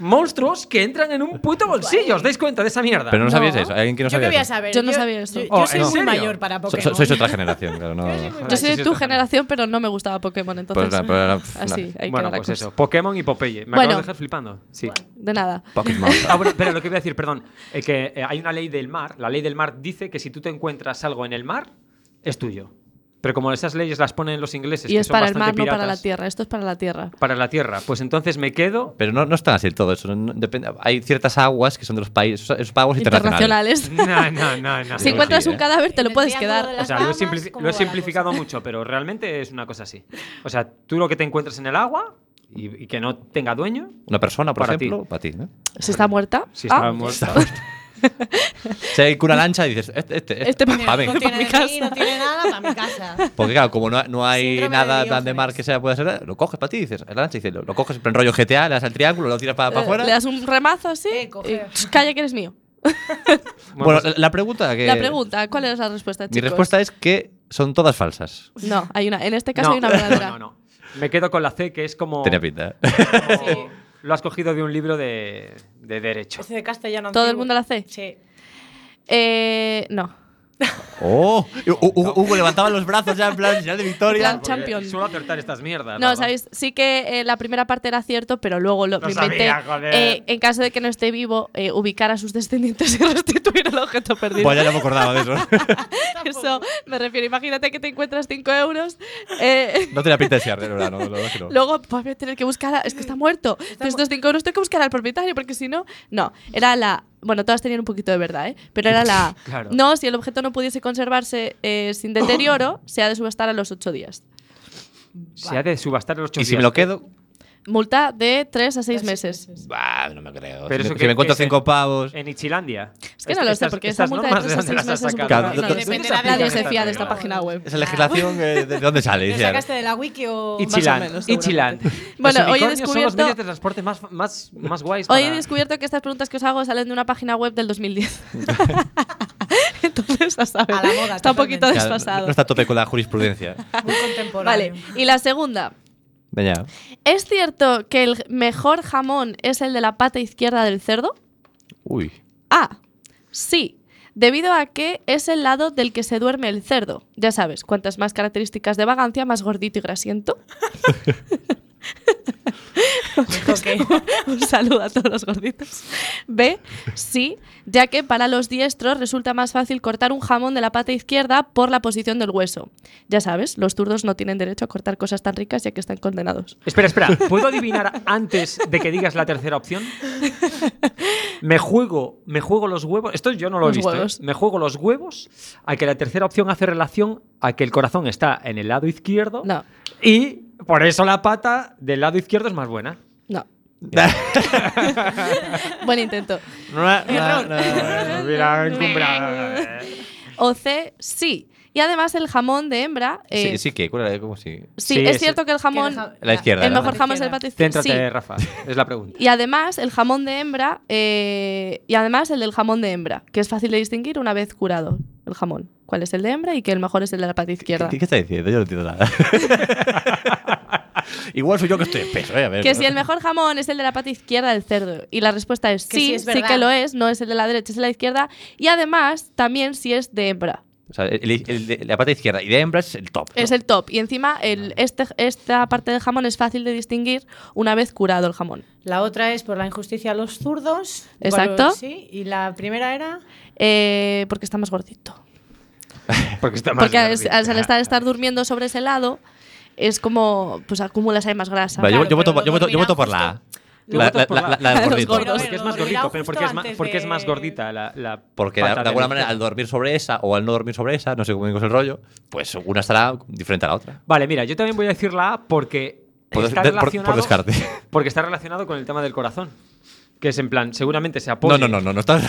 Speaker 6: Monstruos que entran en un puto bolsillo. ¿Os dais cuenta de esa mierda?
Speaker 3: Pero no
Speaker 4: No.
Speaker 3: sabíais eso. ¿Hay alguien que no
Speaker 5: yo
Speaker 3: sabía
Speaker 5: quería
Speaker 3: eso?
Speaker 5: saber.
Speaker 4: Yo no sabía eso.
Speaker 5: Yo, yo
Speaker 6: Oh,
Speaker 5: soy
Speaker 6: ¿en
Speaker 5: muy
Speaker 6: serio?
Speaker 5: mayor para
Speaker 3: So- so-
Speaker 5: Pokémon.
Speaker 3: sois otra generación, claro. No,
Speaker 4: Yo soy
Speaker 6: sí, sí,
Speaker 4: de tu
Speaker 6: está claro.
Speaker 4: generación, pero no me gustaba Pokémon, entonces.
Speaker 3: Pues nada, pues nada, pf,
Speaker 4: [LAUGHS] así,
Speaker 3: nada.
Speaker 4: ahí queda
Speaker 6: bueno,
Speaker 4: la
Speaker 6: pues
Speaker 4: cosa.
Speaker 6: eso. Pokémon y Popeye. Me acabo
Speaker 4: Bueno.
Speaker 6: de dejar flipando. Sí.
Speaker 4: De nada.
Speaker 3: Pocket Monster.
Speaker 6: Ah, bueno, pero lo que voy a decir, perdón, eh, que eh, hay una ley del mar. La ley del mar dice que si tú te encuentras algo en el mar, es tuyo. Pero como esas leyes las ponen los ingleses,
Speaker 4: y
Speaker 6: que
Speaker 4: es
Speaker 6: son
Speaker 4: para el mar,
Speaker 6: bastante
Speaker 4: no para la
Speaker 6: piratas,
Speaker 4: tierra. Esto es para la tierra.
Speaker 6: Para la tierra. Pues entonces me quedo.
Speaker 3: Pero no, no están así todo eso. no- depende, hay ciertas aguas que son de los países. Esos, esos aguas internacionales.
Speaker 4: [LAUGHS] Internacionales.
Speaker 6: No, no, no, no.
Speaker 4: Si encuentras
Speaker 3: sí,
Speaker 4: un
Speaker 3: ¿eh?
Speaker 4: cadáver, te
Speaker 5: En
Speaker 4: lo
Speaker 5: el
Speaker 4: puedes
Speaker 5: Triángulo de
Speaker 4: quedar.
Speaker 5: las
Speaker 6: O sea, lo he,
Speaker 5: Bahamas,
Speaker 6: simpli-
Speaker 5: ¿cómo
Speaker 6: lo he
Speaker 5: va la
Speaker 6: simplificado mucho, pero realmente es una cosa así. O sea, tú lo que te encuentras en el agua y, y que no tenga dueño,
Speaker 3: Una persona, por
Speaker 6: Para ti.
Speaker 3: ejemplo, para ti. ¿no?
Speaker 4: Si está muerta.
Speaker 6: si está
Speaker 4: ah, [LAUGHS]
Speaker 6: muerto.
Speaker 3: Si hay una lancha, dices, este, este,
Speaker 4: Este pa-
Speaker 3: pa' mí.
Speaker 4: [LAUGHS]
Speaker 5: No tiene
Speaker 4: mi
Speaker 5: de mí,
Speaker 4: casa.
Speaker 5: no tiene nada para mi casa.
Speaker 3: Porque claro, como no, no hay
Speaker 5: Síndrome de
Speaker 3: nada
Speaker 5: Diógenes.
Speaker 3: tan de mar que sea pueda ser, lo coges para ti, dices, la lancha, dices, lo, lo coges en rollo GTA, le das al triángulo, lo tiras para
Speaker 4: eh,
Speaker 3: afuera.
Speaker 4: Le das un remazo así.
Speaker 5: Eh,
Speaker 4: y,
Speaker 5: coger.
Speaker 4: "Ch, calla que eres mío.
Speaker 3: Bueno, la, la pregunta que.
Speaker 4: La pregunta, ¿cuál es la Eh, respuesta,
Speaker 3: Mi
Speaker 4: chicos?
Speaker 3: respuesta es que son todas falsas.
Speaker 4: No, hay una. En este
Speaker 6: pues-
Speaker 4: caso hay una verdadera. [LAUGHS]
Speaker 6: [LAUGHS] No, no, no. Me quedo con la C, que es como.
Speaker 3: Tenía pinta. ¿eh?
Speaker 6: como- [LAUGHS] Lo has cogido de un libro de, de derecho.
Speaker 5: Es de castellano
Speaker 4: ¿Todo el
Speaker 5: antiguo.
Speaker 4: mundo la hace?
Speaker 5: Sí.
Speaker 4: Eh, no.
Speaker 3: [LAUGHS] ¡Oh! Hu- Hu- Hugo levantaba los brazos ya en plan señal de victoria.
Speaker 4: En plan, champion.
Speaker 6: Suelo acertar estas mierdas.
Speaker 4: No,
Speaker 6: ¿verdad?
Speaker 4: sabéis, sí que eh, la primera parte era cierto, pero luego lo,
Speaker 6: Lo
Speaker 4: me inventé.
Speaker 6: sabía, joder.
Speaker 4: eh, en caso de que no esté vivo, eh, ubicar a sus descendientes y [LAUGHS] restituir el objeto perdido.
Speaker 3: Pues ya no me acordaba de eso.
Speaker 4: [LAUGHS]
Speaker 3: [LAUGHS]
Speaker 4: Eso me refiero. Imagínate que te encuentras 5 euros. eh, [LAUGHS]
Speaker 3: No tenía pinta de ser, de verdad, no, la verdad que no.
Speaker 4: Luego voy a tener que buscar. a- es que está muerto. Pero estos 5 euros tengo que buscar al propietario porque si no. No, era la. Bueno, todas tenían un poquito de verdad, ¿eh? Pero era la.
Speaker 6: [LAUGHS] Claro.
Speaker 4: No, si el objeto no pudiese conservarse eh, sin
Speaker 6: [LAUGHS]
Speaker 4: deterioro, se ha de subastar a los 8 días.
Speaker 6: Se ha de subastar los ocho
Speaker 3: Y si me
Speaker 6: días.
Speaker 3: lo quedo.
Speaker 4: Multa de 3 a 6 meses.
Speaker 3: Bah, no me creo.
Speaker 6: Pero
Speaker 3: si me,
Speaker 6: eso
Speaker 3: si
Speaker 6: que-
Speaker 3: me encuentro
Speaker 6: que se-
Speaker 3: cinco pavos.
Speaker 6: En Ichilandia.
Speaker 4: Es que no lo sé, porque esa multa de 3 a 6 meses es un poco-
Speaker 3: sacado?
Speaker 4: no, no,
Speaker 3: Claro,
Speaker 4: no,
Speaker 5: depende
Speaker 4: no,
Speaker 5: de la
Speaker 4: Nadie
Speaker 5: lista
Speaker 4: se fía de
Speaker 5: de
Speaker 4: esta
Speaker 5: reglas.
Speaker 4: página web.
Speaker 3: Esa legislación, eh, ¿de dónde sale?
Speaker 5: ¿Lo
Speaker 3: Dice,
Speaker 5: sacaste de la wiki o...?
Speaker 6: Ichiland. Ichiland.
Speaker 4: Bueno,
Speaker 6: los
Speaker 4: hoy he
Speaker 6: unicornios son los
Speaker 4: descubierto-
Speaker 6: medios de transporte más, más, más guays.
Speaker 4: Hoy he
Speaker 6: para-
Speaker 4: descubierto que estas preguntas que os hago salen de una página web del
Speaker 5: [LAUGHS]
Speaker 4: 2010. Entonces, a saber.
Speaker 5: A la moda,
Speaker 4: está un poquito
Speaker 5: totalmente.
Speaker 3: Claro,
Speaker 4: desfasado.
Speaker 3: No está a tope con la jurisprudencia.
Speaker 5: Muy contemporáneo.
Speaker 4: Vale, y la segunda.
Speaker 3: Venga.
Speaker 4: ¿Es cierto que el mejor jamón es el de la pata izquierda del cerdo?
Speaker 3: Uy.
Speaker 4: A. Ah, Sí, debido a que es el lado del que se duerme el cerdo. Ya sabes, cuantas más características de vagancia, más gordito y grasiento. [LAUGHS] Un saludo a todos los gorditos. B. Sí, ya que para los diestros resulta más fácil cortar un jamón de la pata izquierda por la posición del hueso. Ya sabes, los zurdos no tienen derecho a cortar cosas tan ricas ya que están condenados.
Speaker 6: Espera, espera. ¿Puedo adivinar antes de que digas la tercera opción? Me juego, me juego los huevos. Esto yo no lo he
Speaker 4: Los
Speaker 6: visto. ¿eh?
Speaker 4: huevos.
Speaker 6: Me juego los huevos a que la tercera opción hace relación a que el corazón está en el lado izquierdo
Speaker 4: No,
Speaker 6: y por eso la pata del lado izquierdo es más buena.
Speaker 4: no. Buen intento. Eh,
Speaker 6: Mira, encumbrada.
Speaker 4: O C. Sí. Y además el jamón de hembra. eh,
Speaker 3: Sí, sí que, ¿cuál era? ¿cómo sí?
Speaker 4: sí,
Speaker 6: Sí,
Speaker 4: es
Speaker 6: es-
Speaker 4: cierto que el jamón.
Speaker 5: Que deja-
Speaker 3: La izquierda,
Speaker 4: El
Speaker 3: ¿no?
Speaker 4: mejor jamón es el
Speaker 5: Izquierda.
Speaker 4: pata izquierda.
Speaker 6: Céntrate,
Speaker 4: Sí.
Speaker 6: Rafa. Es la pregunta.
Speaker 4: Y además, el jamón de hembra, eh, y además el del jamón de hembra, que es fácil de distinguir una vez curado el jamón. ¿Cuál es el de hembra y que el mejor es el de la pata
Speaker 3: ¿Qué, [LAUGHS]
Speaker 4: izquierda?
Speaker 3: qué está diciendo? Yo no entiendo nada. [LAUGHS] Igual soy yo que estoy espeso, ¿eh? A ver.
Speaker 4: Que si el mejor jamón es el de la pata izquierda del cerdo. Y la respuesta es
Speaker 5: Que
Speaker 4: sí,
Speaker 5: sí, es
Speaker 4: sí
Speaker 5: verdad.
Speaker 4: que lo es, no es el de la derecha, es el de la izquierda. Y además, también si es de hembra.
Speaker 3: O sea, el- el- el de- la parte izquierda y de hembra es el top. ¿no?
Speaker 4: Es el top. Y encima, el, este, esta parte del jamón es fácil de distinguir una vez curado el jamón.
Speaker 5: La otra es por la injusticia a los zurdos.
Speaker 4: Exacto.
Speaker 5: Bueno, sí, y la primera era...
Speaker 4: Eh, porque está más gordito.
Speaker 6: Porque está más
Speaker 4: Porque al,
Speaker 6: gordito.
Speaker 4: al estar, estar durmiendo sobre ese lado, es como, pues acumulas ahí más grasa.
Speaker 3: Vale, yo-
Speaker 5: Claro,
Speaker 3: yo, voto,
Speaker 5: pero
Speaker 3: yo voto- yo voto por la A.
Speaker 5: dormirán justo-
Speaker 3: La-
Speaker 6: votas
Speaker 3: la-
Speaker 6: por
Speaker 3: la- la- la de
Speaker 4: [LAUGHS] Los
Speaker 3: gordito.
Speaker 4: gordos.
Speaker 6: Porque es más gordito,
Speaker 5: Pero
Speaker 6: pero
Speaker 5: era justo
Speaker 6: porque es, ma-
Speaker 5: antes
Speaker 6: porque es más
Speaker 5: de-
Speaker 6: gordita la, la
Speaker 3: Porque de,
Speaker 6: pata
Speaker 3: de alguna
Speaker 6: la
Speaker 3: manera, al
Speaker 6: izquierda.
Speaker 3: dormir sobre esa o al no dormir sobre esa, no sé cómo es el rollo, pues una estará diferente a la otra.
Speaker 6: Vale, mira, yo también voy a decir la A porque
Speaker 3: Por
Speaker 6: está
Speaker 3: des- de- por- por
Speaker 6: relacionado-
Speaker 3: descarte.
Speaker 6: [LAUGHS] Porque está relacionado con el tema del corazón. Que es en plan, seguramente se apoya.
Speaker 3: No, no, no, no, no [LAUGHS] está.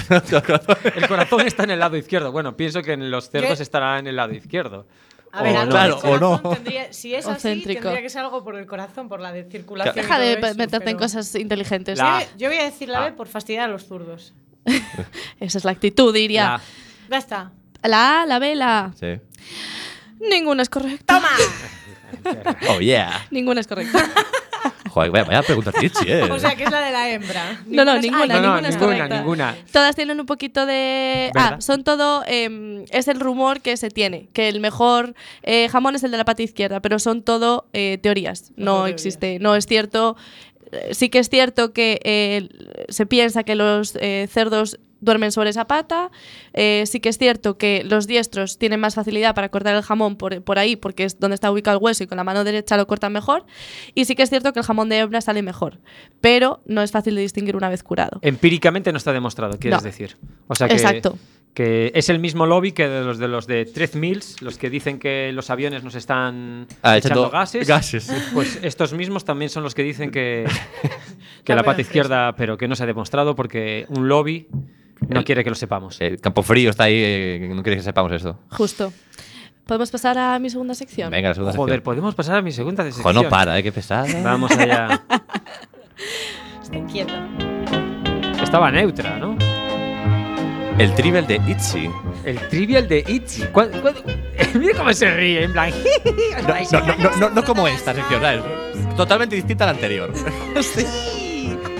Speaker 6: El corazón está en
Speaker 3: [LAUGHS]
Speaker 6: el lado izquierdo. Bueno, pienso que en los cerdos
Speaker 5: ¿Qué?
Speaker 6: estará en el lado izquierdo.
Speaker 5: A ver,
Speaker 3: O
Speaker 5: algo
Speaker 3: claro,
Speaker 5: del corazón
Speaker 3: o no.
Speaker 5: tendría- si es
Speaker 4: O
Speaker 5: así,
Speaker 4: céntrico.
Speaker 5: tendría que ser algo por el corazón, por la de circulación. y
Speaker 4: Deja de
Speaker 5: todo eso,
Speaker 4: meterte en
Speaker 5: pero-
Speaker 4: cosas inteligentes.
Speaker 6: La-
Speaker 4: ¿eh?
Speaker 5: Yo- Yo voy a decir la
Speaker 6: Ah.
Speaker 5: B por fastidiar a los zurdos.
Speaker 4: Esa es la actitud, diría.
Speaker 6: La-
Speaker 5: Ya está.
Speaker 4: La A, la B, la A.
Speaker 3: sí.
Speaker 4: Ninguna es correcta. ¡Toma!
Speaker 3: Oh, yeah.
Speaker 4: [LAUGHS] Ninguna es correcta.
Speaker 3: Joder, vaya, vaya pregunta chichi, eh.
Speaker 5: O sea, que es la de la hembra.
Speaker 4: [LAUGHS] No, no,
Speaker 5: es-
Speaker 4: ninguna,
Speaker 5: Ay,
Speaker 6: No, no,
Speaker 4: ninguna es
Speaker 6: ninguna,
Speaker 4: correcta.
Speaker 6: ninguna.
Speaker 4: Todas tienen un poquito de...
Speaker 6: ¿Verdad?
Speaker 4: Ah, son todo... em, es el rumor que se tiene, que el mejor eh, jamón es el de la pata izquierda, pero son todo eh, teorías. No
Speaker 5: teorías.
Speaker 4: existe, no es cierto. Eh, Sí que es cierto que eh, se piensa que los eh, cerdos duermen sobre esa pata. Eh, sí que es cierto que los diestros tienen más facilidad para cortar el jamón por, por ahí, porque es donde está ubicado el hueso y con la mano derecha lo cortan mejor. Y sí que es cierto que el jamón de hebra sale mejor, pero no es fácil de distinguir una vez curado.
Speaker 6: Empíricamente no está demostrado, quieres
Speaker 4: No.
Speaker 6: decir. O sea que,
Speaker 4: Exacto.
Speaker 6: que es el mismo lobby que de los de los de 3 Mills, los que dicen que los aviones nos están
Speaker 3: Ah,
Speaker 6: echando,
Speaker 3: echando
Speaker 6: gases.
Speaker 3: gases.
Speaker 6: Pues estos mismos también son los que
Speaker 4: [LAUGHS]
Speaker 6: dicen que, que
Speaker 5: No,
Speaker 6: la
Speaker 5: pero
Speaker 6: pata
Speaker 5: es-
Speaker 6: izquierda, pero que no se ha demostrado porque un lobby no quiere que lo sepamos.
Speaker 3: El campo frío está ahí, eh, no quieres que sepamos eso.
Speaker 4: Justo. ¿Podemos pasar a mi segunda sección?
Speaker 3: Venga, la segunda
Speaker 6: Joder,
Speaker 3: sección.
Speaker 6: podemos pasar a mi segunda decisión.
Speaker 3: Joder, no para, eh, qué pesada.
Speaker 6: Vamos allá.
Speaker 5: Está inquieta.
Speaker 6: Estaba neutra, ¿no?
Speaker 3: El trivial de Itzy.
Speaker 6: El trivial de Itzy. ¿Cuál- cuál- [LAUGHS] Mira cómo se ríe, en plan.
Speaker 3: No, no, no, no, no, no como esta sección, ¿sabes? Totalmente distinta a la anterior.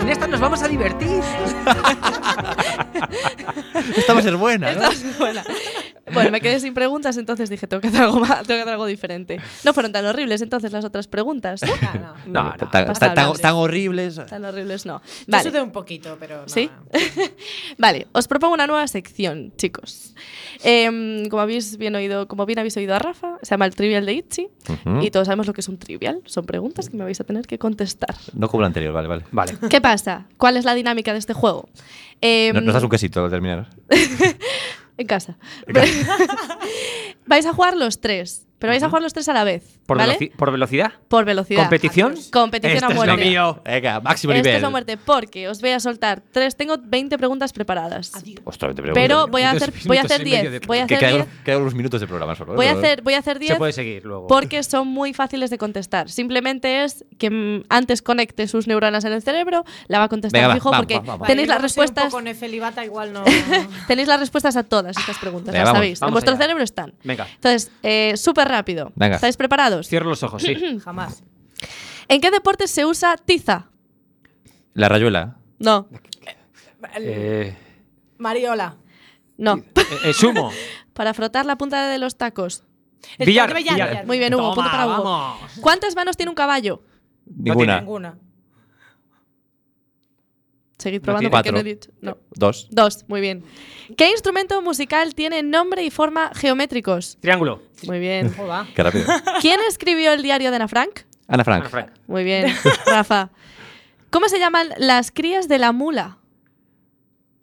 Speaker 6: En esta nos vamos a divertir.
Speaker 3: [LAUGHS] Esta va a ser buena, ¿no?
Speaker 4: Hola. [LAUGHS] Bueno, me quedé sin preguntas, entonces dije, tengo que hacer algo, más, tengo que hacer algo diferente. No fueron tan horribles entonces las otras
Speaker 3: [LAUGHS]
Speaker 4: preguntas. ¿eh?
Speaker 5: Ah, No,
Speaker 6: No,
Speaker 5: no.
Speaker 6: no.
Speaker 3: Tan- tan, tan- tan
Speaker 4: Pasables.
Speaker 3: horribles.
Speaker 4: Tan horribles no.
Speaker 5: Yo
Speaker 4: Vale.
Speaker 5: sudé un poquito, pero. no.
Speaker 4: ¿Sí? [LAUGHS] Vale, os propongo una nueva sección, chicos. Em, como, habéis bien oído, como bien habéis oído a Rafa, se llama el Trivial de Itchy.
Speaker 3: Ujú.
Speaker 4: Y todos sabemos lo que es un trivial. Son preguntas que me vais a tener que contestar.
Speaker 3: No como la anterior, vale, vale.
Speaker 6: Vale.
Speaker 4: ¿Qué pasa? ¿Cuál es la dinámica de este juego? Em,
Speaker 3: No, nos das un quesito al terminar.
Speaker 4: En casa. [LAUGHS] vais a jugar los tres, pero vais a jugar los tres a la vez.
Speaker 6: ¿Por,
Speaker 4: ¿vale?
Speaker 6: veloci- por velocidad?
Speaker 4: Por velocidad.
Speaker 6: ¿Competición?
Speaker 4: Competición
Speaker 6: Esto
Speaker 4: a
Speaker 6: es lo
Speaker 4: muerte.
Speaker 6: mío.
Speaker 3: Venga, máximo
Speaker 4: Esto es
Speaker 3: nivel.
Speaker 4: a muerte porque os voy a soltar tres. Tengo 20 preguntas preparadas.
Speaker 5: Adiós.
Speaker 3: Ostras, te pregunto.
Speaker 4: Pero voy a
Speaker 6: Dos
Speaker 4: hacer, voy a
Speaker 6: minutos
Speaker 4: hacer
Speaker 6: y medio
Speaker 4: 10.
Speaker 6: de-
Speaker 4: Voy a
Speaker 3: Que
Speaker 4: hacer
Speaker 3: quedan
Speaker 4: 10.
Speaker 3: quedan unos minutos de programa solo. ¿eh?
Speaker 4: Voy a
Speaker 3: ¿no?
Speaker 4: hacer, voy a hacer
Speaker 6: Se
Speaker 4: 10
Speaker 6: puede seguir luego.
Speaker 4: porque son muy fáciles de contestar. Simplemente es que mm, antes conecte sus neuronas en el cerebro, la va a contestar
Speaker 3: Venga, va,
Speaker 4: fijo
Speaker 3: vamos,
Speaker 4: porque
Speaker 3: vamos, vamos.
Speaker 4: tenéis
Speaker 5: Vale,
Speaker 4: las
Speaker 5: yo como soy
Speaker 4: respuestas.
Speaker 5: Un poco nefelibata, igual [LAUGHS] no.
Speaker 4: Tenéis las respuestas a todas estas preguntas,
Speaker 3: Venga,
Speaker 4: las
Speaker 3: vamos,
Speaker 4: sabéis.
Speaker 6: vamos
Speaker 4: en vuestro
Speaker 6: allá.
Speaker 4: cerebro están.
Speaker 6: Venga.
Speaker 4: Entonces, eh, súper rápido.
Speaker 3: Venga.
Speaker 4: ¿Estáis preparados?
Speaker 6: Cierro los
Speaker 4: [CLEARS THROAT]
Speaker 6: ojos, sí. Eh,
Speaker 5: Jamás.
Speaker 4: ¿En qué deporte se usa tiza?
Speaker 3: La rayuela.
Speaker 4: No,
Speaker 6: Eh,
Speaker 5: Mariola.
Speaker 4: no.
Speaker 6: eh, eh, sumo.
Speaker 4: [LAUGHS] Para frotar la punta de los tacos.
Speaker 5: El
Speaker 6: Billar,
Speaker 5: billar,
Speaker 6: billar.
Speaker 5: billar.
Speaker 4: Muy bien, Hugo, punto
Speaker 6: Toma,
Speaker 4: para Hugo.
Speaker 6: vamos.
Speaker 4: ¿Cuántas manos tiene un caballo?
Speaker 3: Ninguna.
Speaker 5: Ninguna.
Speaker 4: Seguid
Speaker 6: No
Speaker 4: probando
Speaker 6: tiene.
Speaker 4: porque no he
Speaker 3: Cuatro.
Speaker 4: dicho. No.
Speaker 3: Dos.
Speaker 4: Dos, muy bien. ¿Qué instrumento musical tiene nombre y forma geométricos?
Speaker 6: Triángulo.
Speaker 4: Muy
Speaker 6: [LAUGHS]
Speaker 4: bien.
Speaker 5: Joda.
Speaker 3: Qué rápido.
Speaker 4: ¿Quién escribió el diario de Ana Frank?
Speaker 3: [LAUGHS] Ana Frank.
Speaker 4: Ah,
Speaker 6: Ana Frank.
Speaker 4: Muy
Speaker 6: [LAUGHS]
Speaker 4: bien, Rafa. ¿Cómo se llaman las crías de la mula?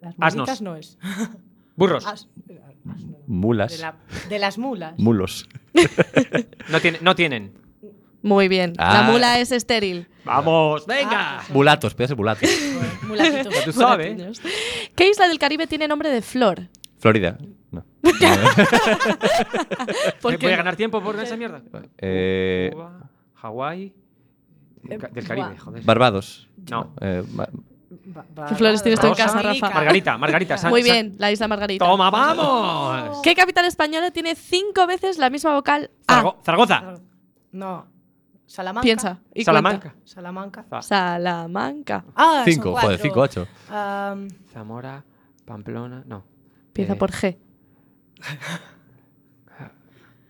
Speaker 5: Las
Speaker 6: Asnos.
Speaker 5: mulitas no es.
Speaker 6: Burros.
Speaker 4: ah,
Speaker 5: As-
Speaker 3: Mulas.
Speaker 5: de, la- de las mulas.
Speaker 3: Mulos.
Speaker 6: No, tiene- no tienen.
Speaker 4: Muy bien,
Speaker 3: Ah.
Speaker 4: la mula es estéril.
Speaker 6: Vamos,
Speaker 4: Ah,
Speaker 5: Ah,
Speaker 6: venga.
Speaker 3: Bulatos, podía ser bulatos.
Speaker 5: pues Mulatitos.
Speaker 6: Tú
Speaker 3: ¿eh?
Speaker 6: sabes.
Speaker 4: Mulatiños. ¿Qué isla del Caribe tiene nombre de flor?
Speaker 6: [LAUGHS]
Speaker 3: Florida. No.
Speaker 6: ¿Me
Speaker 4: qué
Speaker 6: Eh, voy a
Speaker 4: no?
Speaker 6: ganar tiempo por esa mierda?
Speaker 3: Eh,
Speaker 6: Cuba, Hawái.
Speaker 4: eh,
Speaker 6: Ca- Del Caribe, joder.
Speaker 3: Barbados.
Speaker 6: No.
Speaker 3: Eh, ma-
Speaker 4: ¿Qué flores tienes tú en
Speaker 6: Rosa,
Speaker 4: casa, Rafa? [LAUGHS]
Speaker 6: Margarita, Margarita. San-
Speaker 4: Muy
Speaker 6: San-
Speaker 4: bien, Ah. la isla Margarita.
Speaker 6: Toma, vamos.
Speaker 4: ¿Qué capital española tiene cinco veces la misma vocal A?
Speaker 6: Zarago- Zaragoza.
Speaker 5: No. Salamanca.
Speaker 4: Piensa. Ah. Y cuenta.
Speaker 6: Salamanca.
Speaker 5: Salamanca.
Speaker 6: Za-
Speaker 4: Salamanca.
Speaker 5: Ah, son
Speaker 3: cinco, joder,
Speaker 5: cuatro.
Speaker 3: cinco, ocho.
Speaker 5: Am,
Speaker 6: Zamora, Pamplona. No.
Speaker 4: Empieza
Speaker 6: Eh,
Speaker 4: por G.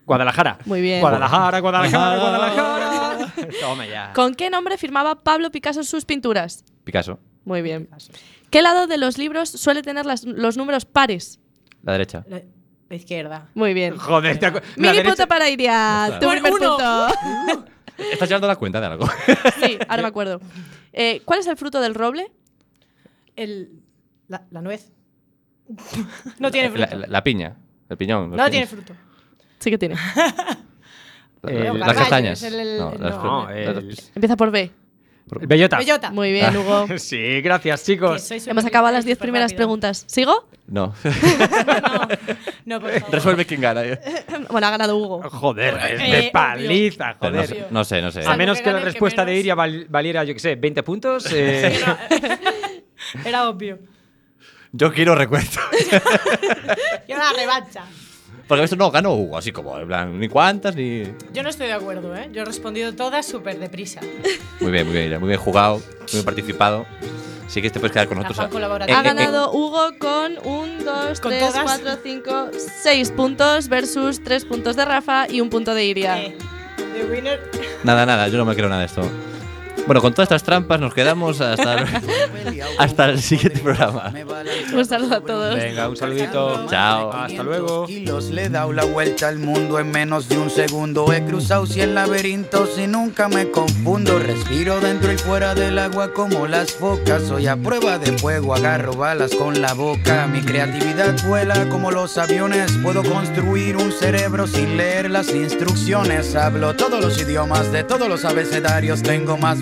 Speaker 6: Guadalajara.
Speaker 4: Muy bien.
Speaker 6: Guadalajara, Guadalajara, Guadalajara.
Speaker 4: [LAUGHS]
Speaker 6: Toma ya.
Speaker 4: ¿Con qué nombre firmaba Pablo Picasso sus pinturas?
Speaker 3: Picasso.
Speaker 4: Muy bien. ¿Qué lado de los libros suele tener las- los números pares?
Speaker 3: La derecha.
Speaker 5: la, la izquierda.
Speaker 4: Muy bien.
Speaker 6: Joder, te acu- la
Speaker 4: Mini
Speaker 6: derecha-
Speaker 4: punto para Iria. Tu
Speaker 5: Por
Speaker 4: primer
Speaker 5: uno.
Speaker 4: punto.
Speaker 3: Estás llevando la cuenta de algo.
Speaker 4: Sí, ahora me acuerdo. Eh, ¿Cuál es el fruto del roble?
Speaker 5: El, la, la nuez. [LAUGHS] No [LAUGHS] tiene fruto.
Speaker 3: La, la- la piña, el piñón.
Speaker 5: no tiene fruto.
Speaker 4: Sí que tiene.
Speaker 3: La-
Speaker 6: Eh,
Speaker 3: la- las
Speaker 5: gargallo,
Speaker 3: castañas.
Speaker 5: es el- el- eh.
Speaker 3: no, las-
Speaker 6: no,
Speaker 3: las-
Speaker 6: el-
Speaker 4: Empieza por B.
Speaker 6: El Bellota.
Speaker 5: Bellota.
Speaker 4: Muy bien, Hugo.
Speaker 6: [LAUGHS] Sí, gracias,
Speaker 5: Que
Speaker 6: chicos.
Speaker 5: soy súper
Speaker 4: Hemos acabado las
Speaker 5: lista y
Speaker 4: 10
Speaker 5: súper
Speaker 4: primeras
Speaker 5: rápida.
Speaker 4: preguntas. ¿Sigo?
Speaker 5: [LAUGHS]
Speaker 3: no. [LAUGHS]
Speaker 5: No, por favor.
Speaker 3: Resuelve quién
Speaker 5: [LAUGHS]
Speaker 3: gana. eh.
Speaker 4: Bueno, ha ganado Hugo.
Speaker 6: Joder, es
Speaker 5: Eh,
Speaker 6: de
Speaker 5: obvio.
Speaker 6: paliza,
Speaker 3: Pero
Speaker 6: joder.
Speaker 3: no sé- no sé, no sé.
Speaker 6: A
Speaker 5: Salvo
Speaker 6: menos
Speaker 5: que
Speaker 6: que la
Speaker 5: gane el que
Speaker 6: respuesta de
Speaker 5: menos.
Speaker 6: Iria val- valiera, yo qué sé, 20 puntos. eh, [LAUGHS]
Speaker 5: Era obvio.
Speaker 3: Yo quiero recuento.
Speaker 5: Y ahora la revancha.
Speaker 3: [LAUGHS] Porque esto no ganó Hugo, así como, en plan, ni cuántas, ni.
Speaker 5: Yo no estoy de acuerdo, ¿eh? Yo he respondido todas súper deprisa.
Speaker 3: Muy bien, muy bien, muy bien jugado, muy bien participado. Sí que te puedes quedar con
Speaker 5: La
Speaker 3: nosotros.
Speaker 5: fan
Speaker 3: a-
Speaker 5: colaborativa.
Speaker 4: Ha
Speaker 5: Eh, eh, eh.
Speaker 4: ganado Hugo con 1, 2,
Speaker 5: Con
Speaker 4: 3,
Speaker 5: todas.
Speaker 4: 4, 5, 6 puntos versus 3 puntos de Rafa y un punto de Iria.
Speaker 5: Eh, The winner.
Speaker 3: Nada, nada, yo no me creo nada de esto. Bueno, con todas estas trampas nos quedamos hasta el, hasta el siguiente programa.
Speaker 4: Un saludo a todos.
Speaker 6: Venga, un saludito.
Speaker 3: Chao.
Speaker 6: Hasta luego.
Speaker 7: Kilos, le he dado la vuelta al mundo en menos de un segundo. He cruzado cien laberintos y nunca me confundo. Respiro dentro y fuera del agua como las focas. Soy a prueba de fuego, agarro balas con la boca. Mi creatividad vuela como los aviones. Puedo construir un cerebro sin leer las instrucciones. Hablo todos los idiomas de todos los abecedarios. Tengo más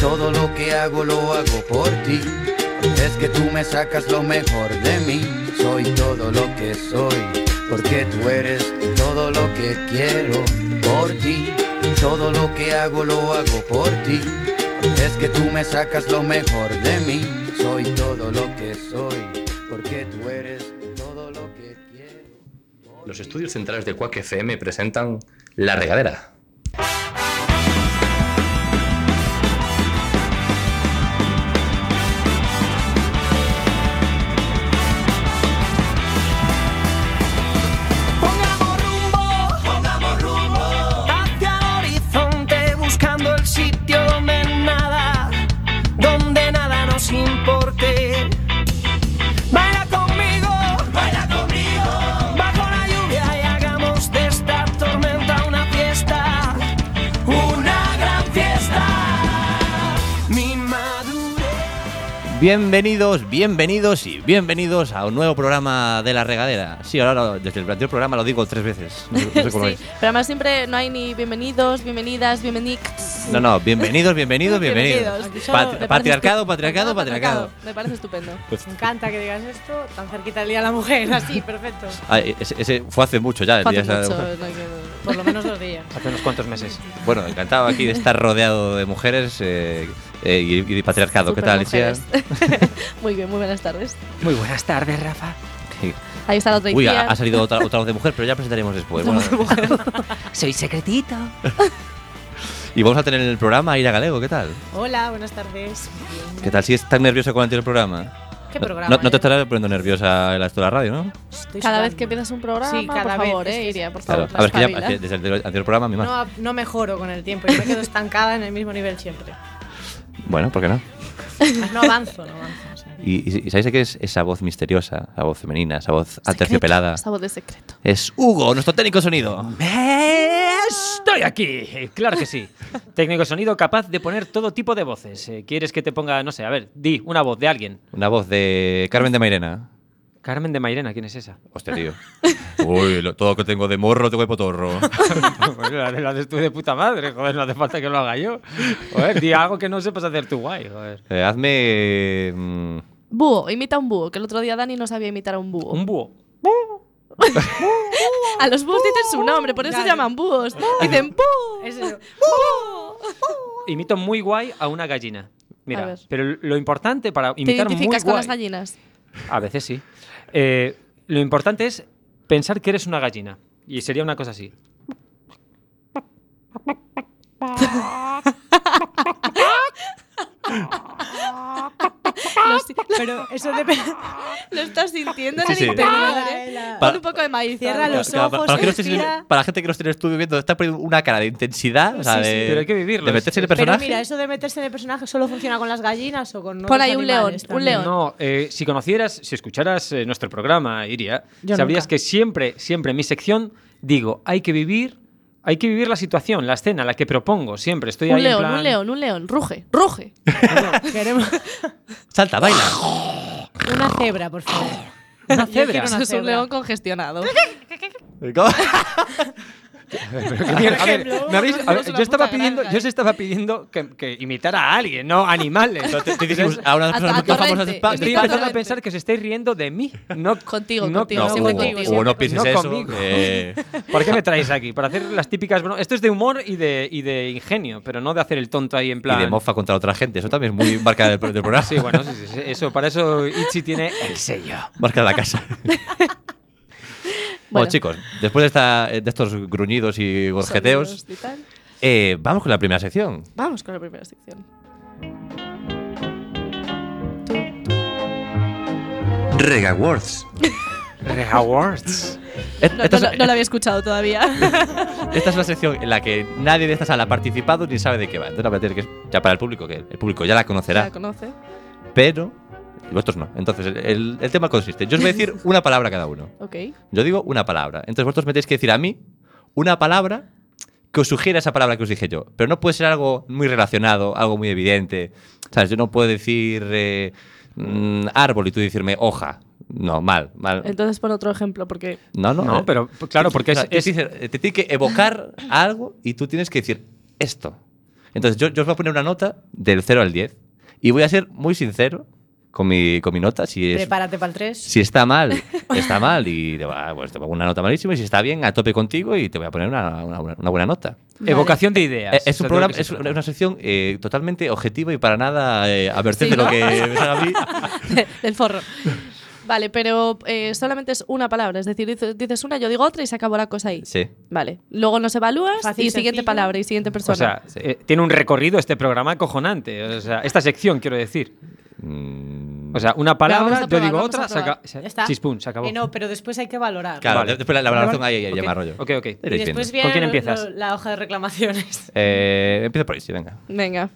Speaker 7: todo lo que hago lo hago por ti. Es que tú me sacas lo mejor de mí. Soy todo lo que soy, porque tú eres todo lo que quiero. Por ti, todo lo que hago lo hago por ti. Es que tú me sacas lo mejor de mí. Soy todo lo que soy, porque tú eres todo lo que quiero.
Speaker 1: Los estudios centrales de Quack FM presentan La Regadera.
Speaker 2: Pongamos rumbo, pongamos rumbo hacia el horizonte buscando el sitio donde nada, donde nada nos importe. Baila conmigo, baila conmigo bajo la lluvia y hagamos de esta tormenta una fiesta, una gran fiesta. Mi madurez.
Speaker 3: Bienvenidos, bienvenidos y bienvenidos a un nuevo programa de La Regadera. Sí, ahora lo- desde el anterior programa lo digo tres veces. No, no sé cómo
Speaker 4: [LAUGHS] Sí,
Speaker 3: es.
Speaker 4: pero además siempre no hay ni bienvenidos, bienvenidas, bienvenix.
Speaker 3: No, no, bienvenidos, bienvenidos, bienvenidos.
Speaker 4: Bienvenidos.
Speaker 3: Pat-
Speaker 4: Me parece
Speaker 3: patriarcado,
Speaker 4: estu-
Speaker 3: patriarcado, patriarcado.
Speaker 4: Me parece estupendo.
Speaker 5: Me encanta que digas esto. Tan cerquita el día de la mujer, [LAUGHS] así, perfecto.
Speaker 3: Ay, Ah, ese, ese fue hace mucho ya. el día
Speaker 4: Hace
Speaker 3: de esa-
Speaker 4: mucho, no hay que-
Speaker 5: Por lo menos dos días.
Speaker 6: Hace unos cuantos meses.
Speaker 3: Bueno, encantado aquí de estar rodeado de mujeres eh, eh, y, y de patriarcado. ¿Qué tal, Alicia?
Speaker 4: Supermujeres. Muy bien, muy buenas tardes.
Speaker 6: Muy buenas tardes, Rafa.
Speaker 3: Sí.
Speaker 4: Ahí está la otra
Speaker 3: Uy,
Speaker 4: Icía.
Speaker 3: ha, ha salido otra, [LAUGHS] otra voz de mujer, pero ya presentaremos después. Bueno,
Speaker 6: Soy secretito.
Speaker 3: [LAUGHS] Y vamos a tener en el programa a Ira Galego, ¿qué tal?
Speaker 5: Hola, buenas tardes.
Speaker 3: ¿Qué tal si es tan nerviosa con el anterior programa?
Speaker 5: ¿Qué
Speaker 3: No-
Speaker 5: programa?
Speaker 3: No, no te
Speaker 5: eh?
Speaker 3: estarás poniendo nerviosa en la de la radio, ¿no?
Speaker 5: Estoy
Speaker 4: Cada
Speaker 5: sudando.
Speaker 4: vez que empiezas un programa,
Speaker 5: Sí, cada
Speaker 4: por
Speaker 5: vez,
Speaker 4: favor,
Speaker 5: es
Speaker 4: eh,
Speaker 5: que-
Speaker 4: Iria, por
Speaker 3: Claro.
Speaker 4: favor.
Speaker 3: A ver, que ya
Speaker 4: espabila.
Speaker 3: desde el anterior- anterior programa, mi madre.
Speaker 5: No, no mejoro con el tiempo, yo me quedo estancada en el mismo nivel siempre.
Speaker 3: Bueno, ¿por qué no?
Speaker 5: No avanzo, no avanzo. o sea.
Speaker 3: ¿Y, y- y sabéis de qué es esa voz misteriosa, esa voz femenina, esa voz aterciopelada?
Speaker 4: Esa voz de secreto.
Speaker 3: Es Hugo, nuestro técnico sonido.
Speaker 6: Eh, Estoy aquí, Eh, claro que sí. Técnico de sonido capaz de poner todo tipo de voces. Eh, ¿Quieres que te ponga, no sé, a ver, di una voz de alguien?
Speaker 3: Una voz de Carmen de Mairena.
Speaker 6: Carmen de Mairena, ¿quién es esa?
Speaker 3: Hostia, [LAUGHS] tío. Uy, lo- todo lo que tengo de morro lo tengo de [LAUGHS] potorro.
Speaker 6: [LAUGHS] Pues la, la haces tú de puta madre, joder, no hace falta que lo haga yo. Joder, di algo que no sepas hacer tú guay, joder.
Speaker 3: Eh, hazme. mm,
Speaker 4: Búho, imita un búho, que el otro día Dani no sabía imitar a un búho.
Speaker 6: Un búho.
Speaker 4: A los búhos dicen su nombre, por eso se
Speaker 5: Dani.
Speaker 4: llaman búhos. Dicen búho.
Speaker 5: Es eso.
Speaker 6: Imito muy guay a una gallina.
Speaker 4: A
Speaker 6: Mira,
Speaker 4: ver.
Speaker 6: pero lo importante para
Speaker 4: Te
Speaker 6: imitar muy
Speaker 4: identificas con
Speaker 6: guay.
Speaker 4: las gallinas.
Speaker 6: A veces sí. Eh, lo importante es pensar que eres una gallina. Y sería una cosa así.
Speaker 4: Lo, si-
Speaker 5: Pero eso depende.
Speaker 4: lo estás sintiendo en
Speaker 3: Sí,
Speaker 4: el
Speaker 3: sí.
Speaker 4: interior, ¿eh?
Speaker 3: Pa-
Speaker 4: Pon un poco de maíz.
Speaker 5: Cierra
Speaker 4: Dani.
Speaker 5: los
Speaker 3: Claro,
Speaker 5: ojos,
Speaker 3: los que no estéis en el-
Speaker 5: respira.
Speaker 3: para la gente que no esté en el estudio viendo, está poniendo una cara de intensidad. o sea,
Speaker 6: Sí, sí,
Speaker 3: de-
Speaker 6: pero hay que vivirlo,
Speaker 3: De
Speaker 6: es-
Speaker 3: meterse en el
Speaker 5: Pero
Speaker 3: personaje.
Speaker 5: mira, eso de meterse en el personaje solo funciona con las gallinas o con.
Speaker 4: Pon ahí
Speaker 5: otros
Speaker 4: un león,
Speaker 5: animales
Speaker 4: un
Speaker 5: también.
Speaker 4: león.
Speaker 6: No, eh, si conocieras, si escucharas eh, nuestro programa, Iria,
Speaker 5: Yo
Speaker 6: sabrías
Speaker 5: nunca.
Speaker 6: que siempre, siempre en mi sección digo, hay que vivir, hay que vivir la situación, la escena, la que propongo, siempre. Estoy ahí
Speaker 4: Un
Speaker 6: en
Speaker 4: león,
Speaker 6: plan-
Speaker 4: un león, un león. Ruge, ruge.
Speaker 5: [LAUGHS] Queremos
Speaker 3: Salta, baila.
Speaker 5: una cebra, por favor.
Speaker 6: Una
Speaker 5: Yo
Speaker 6: cebra.
Speaker 5: quiero una
Speaker 4: Eso es un
Speaker 5: cebra.
Speaker 4: león congestionado.
Speaker 3: ¿Cómo?
Speaker 6: [LAUGHS]
Speaker 4: [LAUGHS]
Speaker 6: Pero qué mierda, a ver,
Speaker 5: ejemplo,
Speaker 6: me habéis-
Speaker 4: no
Speaker 6: a ver,
Speaker 4: somos una
Speaker 6: yo estaba
Speaker 4: puta
Speaker 6: pidiendo,
Speaker 4: granja,
Speaker 6: yo
Speaker 4: ¿eh?
Speaker 6: os estaba pidiendo que, que imitara a alguien, no animales.
Speaker 3: Te- te dijimos a una de las personas
Speaker 4: A- a
Speaker 3: más famosas de
Speaker 4: Torrente.
Speaker 3: España.
Speaker 6: Estoy
Speaker 4: Imita a
Speaker 6: empezando a
Speaker 4: Torrente.
Speaker 6: pensar que os estáis riendo
Speaker 4: [LAUGHS]
Speaker 6: de mí, no
Speaker 4: Contigo,
Speaker 6: no-
Speaker 4: contigo,
Speaker 3: No,
Speaker 6: no
Speaker 4: siempre
Speaker 3: Hugo,
Speaker 4: contigo.
Speaker 3: Hugo, no
Speaker 4: siempre
Speaker 3: pienses
Speaker 6: contigo.
Speaker 3: eso.
Speaker 6: No conmigo.
Speaker 3: eh,
Speaker 6: ¿Por qué me traes aquí? Para hacer las típicas bromas. Esto es de humor y de, y de ingenio, pero no de hacer el tonto ahí en plan.
Speaker 3: y de mofa contra otra gente. Eso también es muy marca del, del programa.
Speaker 6: Sí, bueno, sí, sí, sí, eso, para eso Ichi tiene el sello.
Speaker 3: [LAUGHS] Marca de la casa. bueno.
Speaker 4: Bueno.
Speaker 3: chicos, después de, esta- de estos gruñidos y gorjeteos,
Speaker 4: Sonidos y tal.
Speaker 3: eh, vamos con la primera sección.
Speaker 4: Vamos con la primera sección.
Speaker 1: Rega Awards.
Speaker 6: Awards.
Speaker 3: Et-
Speaker 4: No,
Speaker 3: esta,
Speaker 4: no, no,
Speaker 3: es,
Speaker 4: no la había escuchado todavía.
Speaker 3: esta es una sección en la que nadie de esta sala ha participado ni sabe de qué va. Entonces la voy a tener que ya para el público, que el público ya la conocerá,
Speaker 4: ¿La conoce?
Speaker 3: pero vosotros no. Entonces el, el tema consiste, yo os voy a decir una palabra a cada uno.
Speaker 4: Ok.
Speaker 3: Yo digo una palabra. Entonces vosotros me tenéis que decir a mí una palabra que os sugiera esa palabra que os dije yo. Pero no puede ser algo muy relacionado, algo muy evidente. ¿Sabes? Yo no puedo decir eh, mm, árbol y tú decirme hoja. No, mal, mal.
Speaker 4: Entonces pon otro ejemplo, porque [LAUGHS]
Speaker 3: no, no.
Speaker 6: No,
Speaker 3: eh.
Speaker 6: pero p- claro, porque
Speaker 3: O sea,
Speaker 6: es.
Speaker 3: tú
Speaker 6: es-
Speaker 3: dices- eh, te, tiene que evocar algo y tú tienes que decir esto. Entonces yo, yo os voy a poner una nota del 0 al 10 y voy a ser muy sincero con mi, con mi nota. Si es,
Speaker 5: Prepárate para el 3.
Speaker 3: si está mal, está mal y te, va, pues, te pongo una nota malísima. Y si está bien, a tope contigo y te voy a poner una, una- una buena nota.
Speaker 6: Evocación de ideas.
Speaker 3: Eh, Es
Speaker 6: O
Speaker 3: un
Speaker 6: sea, de
Speaker 3: programa,
Speaker 6: lo que
Speaker 3: es
Speaker 6: se
Speaker 3: una
Speaker 6: trata.
Speaker 3: una sección eh, totalmente objetiva y para nada eh, a merced
Speaker 4: Sí,
Speaker 3: de lo
Speaker 4: ¿no?
Speaker 3: que me salga a
Speaker 4: [LAUGHS]
Speaker 3: mí.
Speaker 4: del forro. Vale, pero eh, solamente es una palabra, es decir, dices- dices una, yo digo otra y se acabó la cosa ahí.
Speaker 3: Sí.
Speaker 4: Vale. Luego nos evalúas
Speaker 5: Fácil,
Speaker 4: y siguiente
Speaker 5: sencillo.
Speaker 4: palabra y siguiente persona.
Speaker 6: O sea, eh, tiene un recorrido este programa acojonante. O sea, esta sección, quiero decir.
Speaker 3: Mm,
Speaker 6: O sea, una
Speaker 4: Lo vamos
Speaker 6: palabra,
Speaker 4: a
Speaker 6: yo
Speaker 4: probar,
Speaker 6: digo
Speaker 4: vamos a
Speaker 6: otra, se
Speaker 4: probar.
Speaker 6: acaba- se-
Speaker 5: Ya está.
Speaker 6: Chispum, se acabó.
Speaker 5: Eh, no, pero después hay que valorar.
Speaker 3: claro,
Speaker 6: vale.
Speaker 3: después la, la valoración ahí, ahí
Speaker 6: Ok,
Speaker 3: ya me arrollo.
Speaker 6: Ok, ok.
Speaker 5: Y
Speaker 3: Iréis viendo.
Speaker 5: después
Speaker 6: viene
Speaker 5: viene
Speaker 6: ¿Con quién
Speaker 5: lo-
Speaker 6: empiezas?
Speaker 5: lo- la hoja
Speaker 6: [LAUGHS]
Speaker 5: de reclamaciones.
Speaker 3: Eh, empiezo por ahí, sí, venga.
Speaker 4: Venga.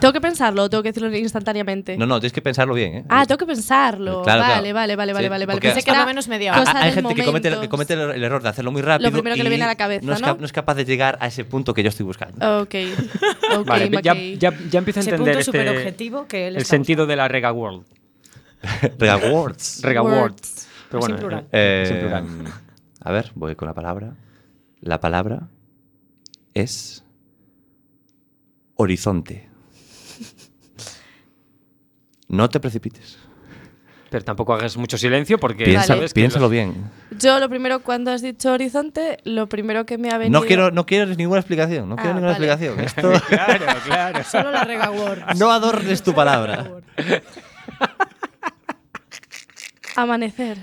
Speaker 4: ¿Tengo que pensarlo o tengo que decirlo instantáneamente?
Speaker 3: Ah. No, no, tienes que pensarlo bien, ¿eh?
Speaker 4: Ah, tengo que pensarlo.
Speaker 3: Claro, claro.
Speaker 4: vale, vale, vale,
Speaker 3: Sí,
Speaker 4: vale, vale, vale.
Speaker 3: porque-
Speaker 4: Pensé que
Speaker 5: Por
Speaker 4: era
Speaker 5: lo menos media
Speaker 3: A-
Speaker 5: hora.
Speaker 4: cosa
Speaker 3: a- hay
Speaker 4: del
Speaker 3: gente que comete, el-
Speaker 4: momento.
Speaker 3: comete el el error de hacerlo muy rápido.
Speaker 4: primero que le
Speaker 3: y
Speaker 4: viene a la cabeza,
Speaker 3: es ca-
Speaker 4: ¿no? Oh.
Speaker 3: no es capaz de llegar a ese punto que yo estoy buscando.
Speaker 4: Ok. Ok,
Speaker 6: Vale, ya,
Speaker 4: ok.
Speaker 6: ya, ya empiezo a
Speaker 5: Ese
Speaker 6: entender
Speaker 5: punto
Speaker 6: este-
Speaker 5: súper objetivo que él
Speaker 6: el sentido de la Rega World.
Speaker 3: [LAUGHS] Rewards.
Speaker 6: Rega
Speaker 4: Words.
Speaker 6: World. Pero
Speaker 5: Así
Speaker 6: bueno,
Speaker 5: en plural.
Speaker 3: Eh,
Speaker 6: es en plural.
Speaker 3: A ver, voy con la palabra. La palabra es horizonte. No te precipites.
Speaker 6: eh, Pero tampoco hagas mucho silencio porque
Speaker 3: Piensa-
Speaker 6: sabes que
Speaker 3: piénsalo
Speaker 6: los-
Speaker 3: bien.
Speaker 4: Yo lo primero, cuando has dicho horizonte, lo primero que me ha venido...
Speaker 3: No quiero, no quiero ninguna explicación. No
Speaker 4: Ah,
Speaker 3: quiero ninguna
Speaker 4: vale. [LAUGHS]
Speaker 3: explicación. Esto,
Speaker 6: Claro, claro.
Speaker 3: [LAUGHS]
Speaker 5: Solo la
Speaker 6: [LAUGHS]
Speaker 5: rega Word.
Speaker 3: no
Speaker 4: [LAUGHS]
Speaker 3: adornes tu palabra.
Speaker 4: Amanecer.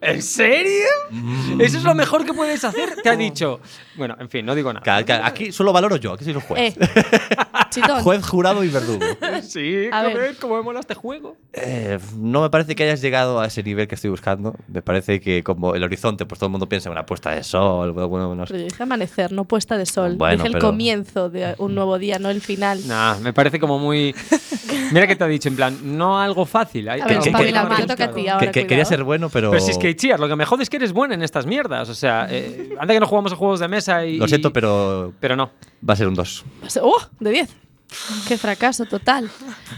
Speaker 6: ¿En serio? ¿Eso es lo mejor que puedes hacer? Te ha dicho. Bueno, en fin, no digo nada.
Speaker 3: Ca- ca- Aquí solo valoro yo, aquí soy el
Speaker 4: Eh,
Speaker 3: juez. [LAUGHS]
Speaker 4: chitón.
Speaker 3: Juez, jurado y
Speaker 4: [LAUGHS]
Speaker 3: verdugo.
Speaker 6: Sí,
Speaker 4: A
Speaker 6: a
Speaker 4: ver.
Speaker 6: ver, cómo me mola este juego.
Speaker 3: Eh, no me parece que hayas llegado a ese nivel que estoy buscando. Me parece que como el horizonte, pues todo el mundo piensa en una puesta de sol, bueno, no sé.
Speaker 4: Pero yo dije amanecer, no puesta de sol.
Speaker 3: Bueno,
Speaker 4: dije el
Speaker 3: pero-
Speaker 4: comienzo de un nuevo día, no el final.
Speaker 6: Nah, me parece como muy. Mira que te ha dicho, en plan, no algo fácil. Hay
Speaker 4: A ver,
Speaker 3: Que- que-
Speaker 4: espabila,
Speaker 3: que-
Speaker 4: Mar,
Speaker 3: que-
Speaker 4: toca a ti
Speaker 3: Que-
Speaker 4: ahora,
Speaker 3: que quería
Speaker 4: cuidado.
Speaker 3: ser bueno, pero...
Speaker 6: Pero si es que, Itziar, lo que me jode es que eres buena en estas mierdas. O sea,
Speaker 4: [LAUGHS]
Speaker 6: eh, anda que no jugamos a juegos de mesa y.
Speaker 3: Lo siento, pero
Speaker 6: Pero no.
Speaker 3: va a ser un 2.
Speaker 4: ¡Oh! De 10. Qué fracaso total.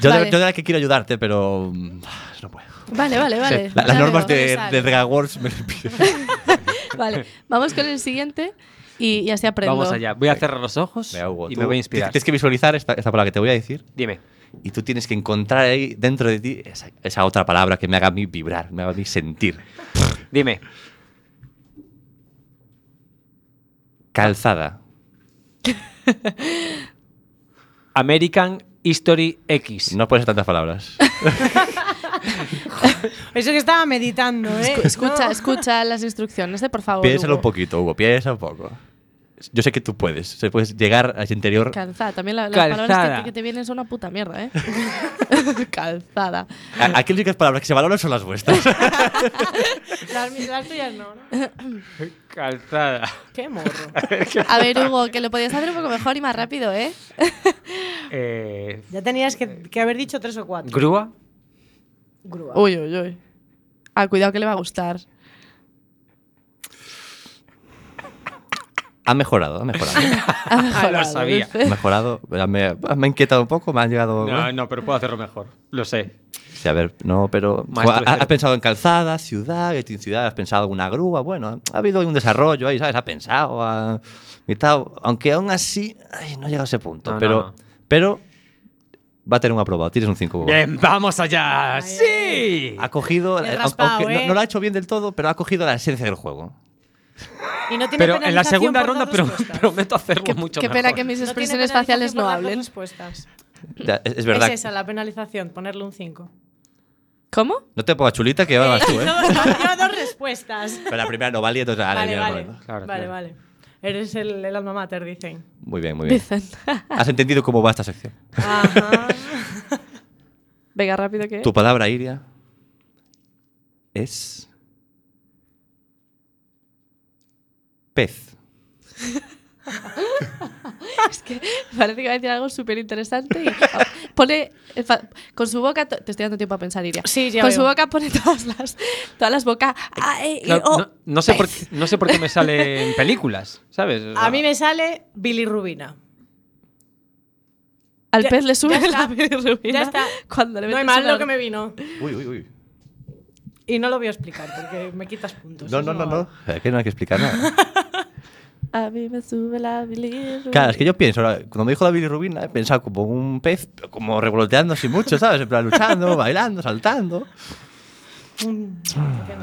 Speaker 3: Yo, de-
Speaker 4: vale.
Speaker 3: yo de la que quiero ayudarte, pero... mm, No puedo.
Speaker 4: vale, vale, vale.
Speaker 3: La-
Speaker 4: Ya
Speaker 3: las normas
Speaker 4: veo.
Speaker 3: de, de Dragon Wars me lo
Speaker 4: [LAUGHS]
Speaker 3: impiden.
Speaker 4: Vale, vamos con el siguiente y, y así aprendo.
Speaker 6: Vamos allá. Voy a cerrar los ojos
Speaker 3: Mira, Hugo,
Speaker 6: y
Speaker 3: tú
Speaker 6: me voy a inspirar.
Speaker 3: Tienes que visualizar esta, esta palabra que te voy a decir
Speaker 6: Dime.
Speaker 3: y tú tienes que encontrar ahí dentro de ti esa, esa otra palabra que me haga a mí vibrar, me haga a mí sentir.
Speaker 6: Dime.
Speaker 3: Calzada.
Speaker 6: American History X.
Speaker 3: No puedes ser tantas palabras.
Speaker 5: Eso que estaba meditando, ¿eh?
Speaker 4: Escucha,
Speaker 5: No.
Speaker 4: escucha las instrucciones, eh, por favor.
Speaker 3: Piénsalo un
Speaker 4: Hugo.
Speaker 3: poquito, Hugo, piensa un poco. Yo sé que tú puedes, se puedes llegar a ese interior.
Speaker 4: Calzada, también la- las
Speaker 6: Calzada.
Speaker 4: palabras que te, que te vienen son una puta mierda, ¿eh? [LAUGHS] Calzada.
Speaker 3: A- Aquí las únicas palabras que se valoran son las vuestras.
Speaker 5: Las, las tuyas no, ¿no?
Speaker 6: Calzada.
Speaker 5: Qué morro.
Speaker 4: A ver, Hugo, que lo podías hacer un poco mejor y más rápido, ¿eh?
Speaker 6: Eh,
Speaker 5: Ya tenías que, que haber dicho tres o cuatro.
Speaker 6: grúa.
Speaker 5: Grúa.
Speaker 4: Uy, uy, uy. Ah, cuidado que le va a gustar.
Speaker 3: Ha mejorado, ha mejorado.
Speaker 4: Ha [LAUGHS] mejorado,
Speaker 6: sabía.
Speaker 3: Ha
Speaker 4: dice.
Speaker 3: mejorado, me, me ha inquietado un poco, me ha llegado...
Speaker 6: No, no, pero puedo hacerlo mejor. Lo sé.
Speaker 3: Sí, a ver, no, pero...
Speaker 6: Maestro
Speaker 3: Ha-
Speaker 6: de
Speaker 3: ha-
Speaker 6: cero.
Speaker 3: has pensado en calzada, ciudad, en ciudad, has pensado en una grúa, bueno, ha habido un desarrollo ahí, ¿sabes? Ha pensado, ha mitado, aunque aún así, ay, no ha llegado a ese punto,
Speaker 6: No, no,
Speaker 3: pero,
Speaker 6: no.
Speaker 3: pero va a tener un aprobado, tienes un 5.
Speaker 6: Bien, vamos allá. Sí.
Speaker 3: Ha cogido,
Speaker 5: Le
Speaker 3: eh,
Speaker 5: has
Speaker 3: au-
Speaker 5: raspado,
Speaker 3: aunque no-
Speaker 5: ¿eh?
Speaker 3: no, lo ha hecho bien del todo, pero ha cogido la esencia del juego.
Speaker 5: Y no tiene
Speaker 6: Pero en la
Speaker 5: penalización
Speaker 6: segunda
Speaker 5: por
Speaker 6: ronda
Speaker 5: dar
Speaker 6: pero,
Speaker 5: respuestas.
Speaker 6: prometo hacerlo mucho
Speaker 4: Qué
Speaker 6: mejor.
Speaker 4: pena que mis
Speaker 5: No tiene
Speaker 4: expresiones
Speaker 5: penalización
Speaker 4: faciales
Speaker 5: por
Speaker 4: no
Speaker 5: dar las
Speaker 4: hablen.
Speaker 5: respuestas.
Speaker 3: Ya, Es, es verdad.
Speaker 5: Es esa la penalización, ponerle un 5.
Speaker 4: ¿Cómo?
Speaker 3: No te pongas chulita que ahora vas
Speaker 5: [LAUGHS]
Speaker 3: tú, ¿eh?
Speaker 5: Yo dos respuestas.
Speaker 3: Pero la primera no valía, entonces ahora
Speaker 5: Vale,
Speaker 3: ya no
Speaker 5: vale.
Speaker 3: valía.
Speaker 6: Claro,
Speaker 5: vale,
Speaker 6: claro.
Speaker 5: vale. Eres el, el alma mater, dicen.
Speaker 3: Muy bien, muy bien.
Speaker 4: Dicen.
Speaker 3: Has entendido cómo va esta sección.
Speaker 5: Ajá.
Speaker 4: Venga, rápido que.
Speaker 3: Tu palabra, Iria, es. Pez.
Speaker 4: Es que [LAUGHS] parece que va a decir algo súper interesante. y- Pone. eh, fa- Con su boca. to- Te estoy dando tiempo a pensar, Iria.
Speaker 5: Sí, ya
Speaker 4: Con
Speaker 5: veo.
Speaker 4: su boca pone todas las. Todas las bocas. Ah, eh, eh,
Speaker 6: Claro,
Speaker 4: oh,
Speaker 6: no, no sé por,
Speaker 4: pez.
Speaker 6: qué- no sé por qué me sale en películas, ¿sabes? O sea,
Speaker 5: A mí me sale bilirrubina.
Speaker 4: Al
Speaker 5: Ya-
Speaker 4: pez le sube
Speaker 5: ya está.
Speaker 4: la bilirrubina
Speaker 5: Ya está.
Speaker 4: Cuando le
Speaker 5: No hay
Speaker 4: metes
Speaker 5: mal
Speaker 4: una-
Speaker 5: lo que me vino.
Speaker 3: Uy, uy, uy.
Speaker 5: Y no lo voy a explicar porque me quitas puntos.
Speaker 3: No,
Speaker 5: Eso
Speaker 3: no, no,
Speaker 5: vale.
Speaker 3: no. Es que no hay que explicar nada.
Speaker 4: A mí me sube la bilirrubina.
Speaker 3: Claro, es que yo pienso, ahora, cuando me dijo la bilirrubina, he pensado como un pez, pero como revoloteando así mucho, ¿sabes? En plan,
Speaker 5: [LAUGHS]
Speaker 3: luchando, bailando, saltando.
Speaker 5: Haciendo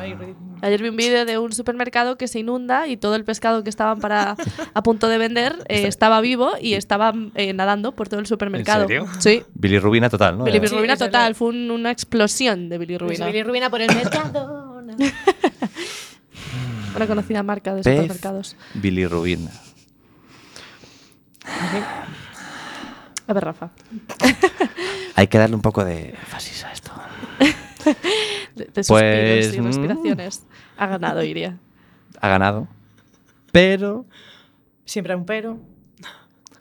Speaker 5: ahí ruido.
Speaker 4: Ayer vi un vídeo de un supermercado que se inunda y todo el pescado que estaban para a punto de vender eh, estaba vivo y estaba eh, nadando por todo el supermercado.
Speaker 6: serio?
Speaker 4: Sí.
Speaker 3: Bilirrubina total, ¿no? Era-
Speaker 4: Bilirrubina
Speaker 5: Sí, es
Speaker 4: total,
Speaker 5: verdad.
Speaker 4: fue un- una explosión de
Speaker 5: Pues
Speaker 4: bilirrubina.
Speaker 5: bilirrubina por el Mercadona.
Speaker 4: Una conocida marca de
Speaker 3: Pez
Speaker 4: supermercados.
Speaker 3: bilirrubina.
Speaker 4: A ver, Rafa.
Speaker 3: [LAUGHS] Hay que darle un poco de énfasis a esto.
Speaker 4: [LAUGHS] De, de suspiros
Speaker 3: Pues,
Speaker 4: y
Speaker 3: mm.
Speaker 4: respiraciones. Ha ganado, Iria.
Speaker 3: Ha ganado. Pero.
Speaker 5: Siempre hay un pero.